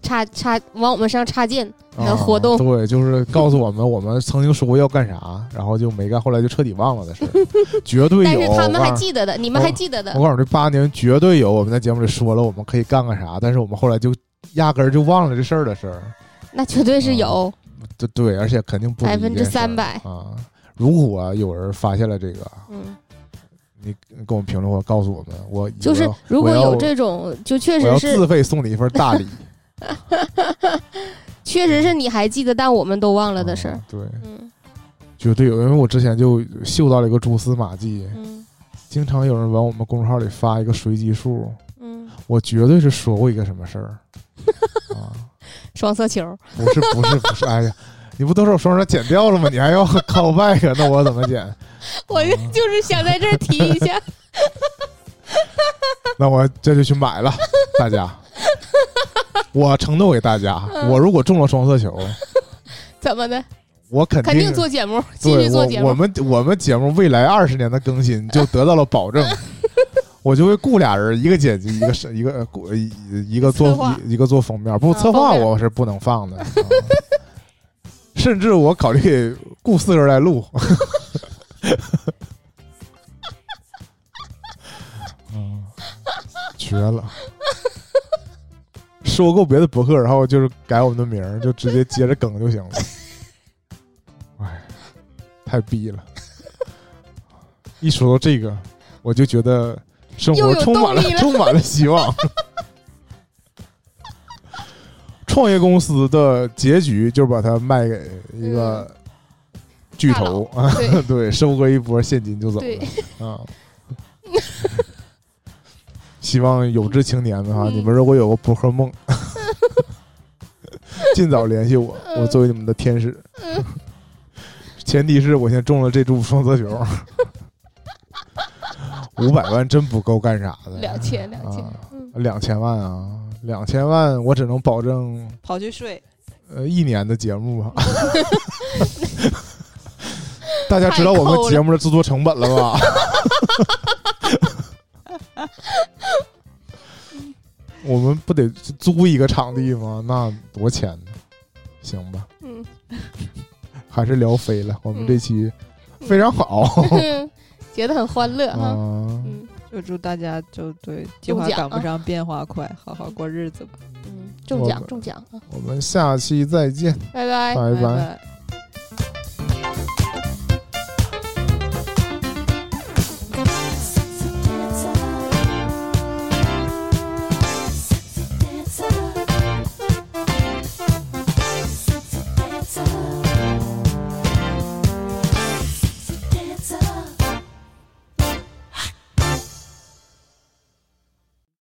Speaker 1: 插插往我们身上插剑
Speaker 2: 啊
Speaker 1: 的活动，
Speaker 2: 对，就是告诉我们我们曾经说过要干啥，然后就没干，后来就彻底忘了的事儿，绝对有。哦
Speaker 1: 但是他们
Speaker 2: 我告
Speaker 1: 还
Speaker 2: 诉
Speaker 1: 记得的，你们
Speaker 2: 我
Speaker 1: 还记得的
Speaker 2: 我，告诉你，八年绝对有我们在节目里说了我们可以干个啥，但是我们后来就压根儿就忘了这事儿的事儿。
Speaker 1: 那绝对是有。
Speaker 2: 对对，而且肯定哦不止一件事儿
Speaker 1: 300%
Speaker 2: 啊！如果有人发现了这个，
Speaker 1: 嗯，
Speaker 2: 你跟我们评论或者告诉我们，我以后
Speaker 1: 就是如果
Speaker 2: 我要
Speaker 1: 有这种，就确
Speaker 2: 我要
Speaker 1: 实是
Speaker 2: 自费送你一份大礼
Speaker 1: 确实是你还记得，但我们都忘了的事儿
Speaker 2: 啊。对，
Speaker 1: 嗯
Speaker 2: 绝对有，因为我之前就嗅到了一个蛛丝马迹，
Speaker 1: 嗯
Speaker 2: 经常有人往我们公众号里发一个随机数，
Speaker 1: 嗯，
Speaker 2: 我绝对是说过一个什么事儿啊。
Speaker 1: 双色球，
Speaker 2: 不是不是不是，哎呀，你不都是我双手剪掉了吗？你还要 call back，那我怎么剪？
Speaker 1: 我就就是想在这儿提一 下，
Speaker 2: 那我这就去买了，大家。我承诺给大家，我如果中了双色球，
Speaker 1: 怎么的，
Speaker 2: 我肯定
Speaker 1: 肯定做节目，继续
Speaker 2: 对
Speaker 1: 做节
Speaker 2: 我我
Speaker 1: 目。
Speaker 2: 们我们节目未来二十年的 更新就得到了保证，我就会雇俩人，一个剪辑，一个是一个呃雇一一个
Speaker 4: 策
Speaker 2: 做
Speaker 4: 划
Speaker 2: 一一个做封面，不
Speaker 1: 啊
Speaker 2: 策划
Speaker 1: 封面
Speaker 2: 我是不能放的，啊甚至我考虑雇四个人来录。 嗯，绝了！说够别的博客，然后就是改我们的名儿，就直接接着梗就行了。哎，太逼了！一说到这个，我就觉得生
Speaker 1: 又
Speaker 2: 活
Speaker 1: 有
Speaker 2: 充满了
Speaker 1: 动力了
Speaker 2: 充满了希望。创业公司的结局就是把它卖给一个巨头啊，
Speaker 1: 嗯对
Speaker 2: 对，收割一波现金就走
Speaker 1: 对
Speaker 2: 了啊。希望有志青年们哈，
Speaker 1: 嗯
Speaker 2: 你们如果有个博客梦， 尽早联系我，我作为你们的天使。前提是我先中了这注双色球，五百万真不够干啥的，
Speaker 1: 两千两千
Speaker 2: 啊，
Speaker 1: 嗯
Speaker 2: 两千万啊，两千万，我只能保证
Speaker 4: 跑去睡，
Speaker 2: 呃一年的节 目吧。大家知道我们节目的制作成本了吧？ 我们不得租一个场地吗？那多钱呢？行吧，
Speaker 1: 嗯
Speaker 2: 还是聊飞了。我们
Speaker 1: 嗯
Speaker 2: 这期非 常好
Speaker 1: 嗯， 觉得很欢乐哈。
Speaker 2: 啊！
Speaker 1: 嗯
Speaker 4: 就祝大家就对计
Speaker 1: 中
Speaker 4: 划
Speaker 1: 奖
Speaker 4: 赶不
Speaker 1: 啊
Speaker 4: 上变化快，好好过日子吧，
Speaker 1: 嗯，中
Speaker 2: 我
Speaker 1: 奖
Speaker 2: 们
Speaker 1: 中奖啊！
Speaker 2: 我们下期再见，
Speaker 1: 拜拜。
Speaker 2: 拜
Speaker 4: 拜。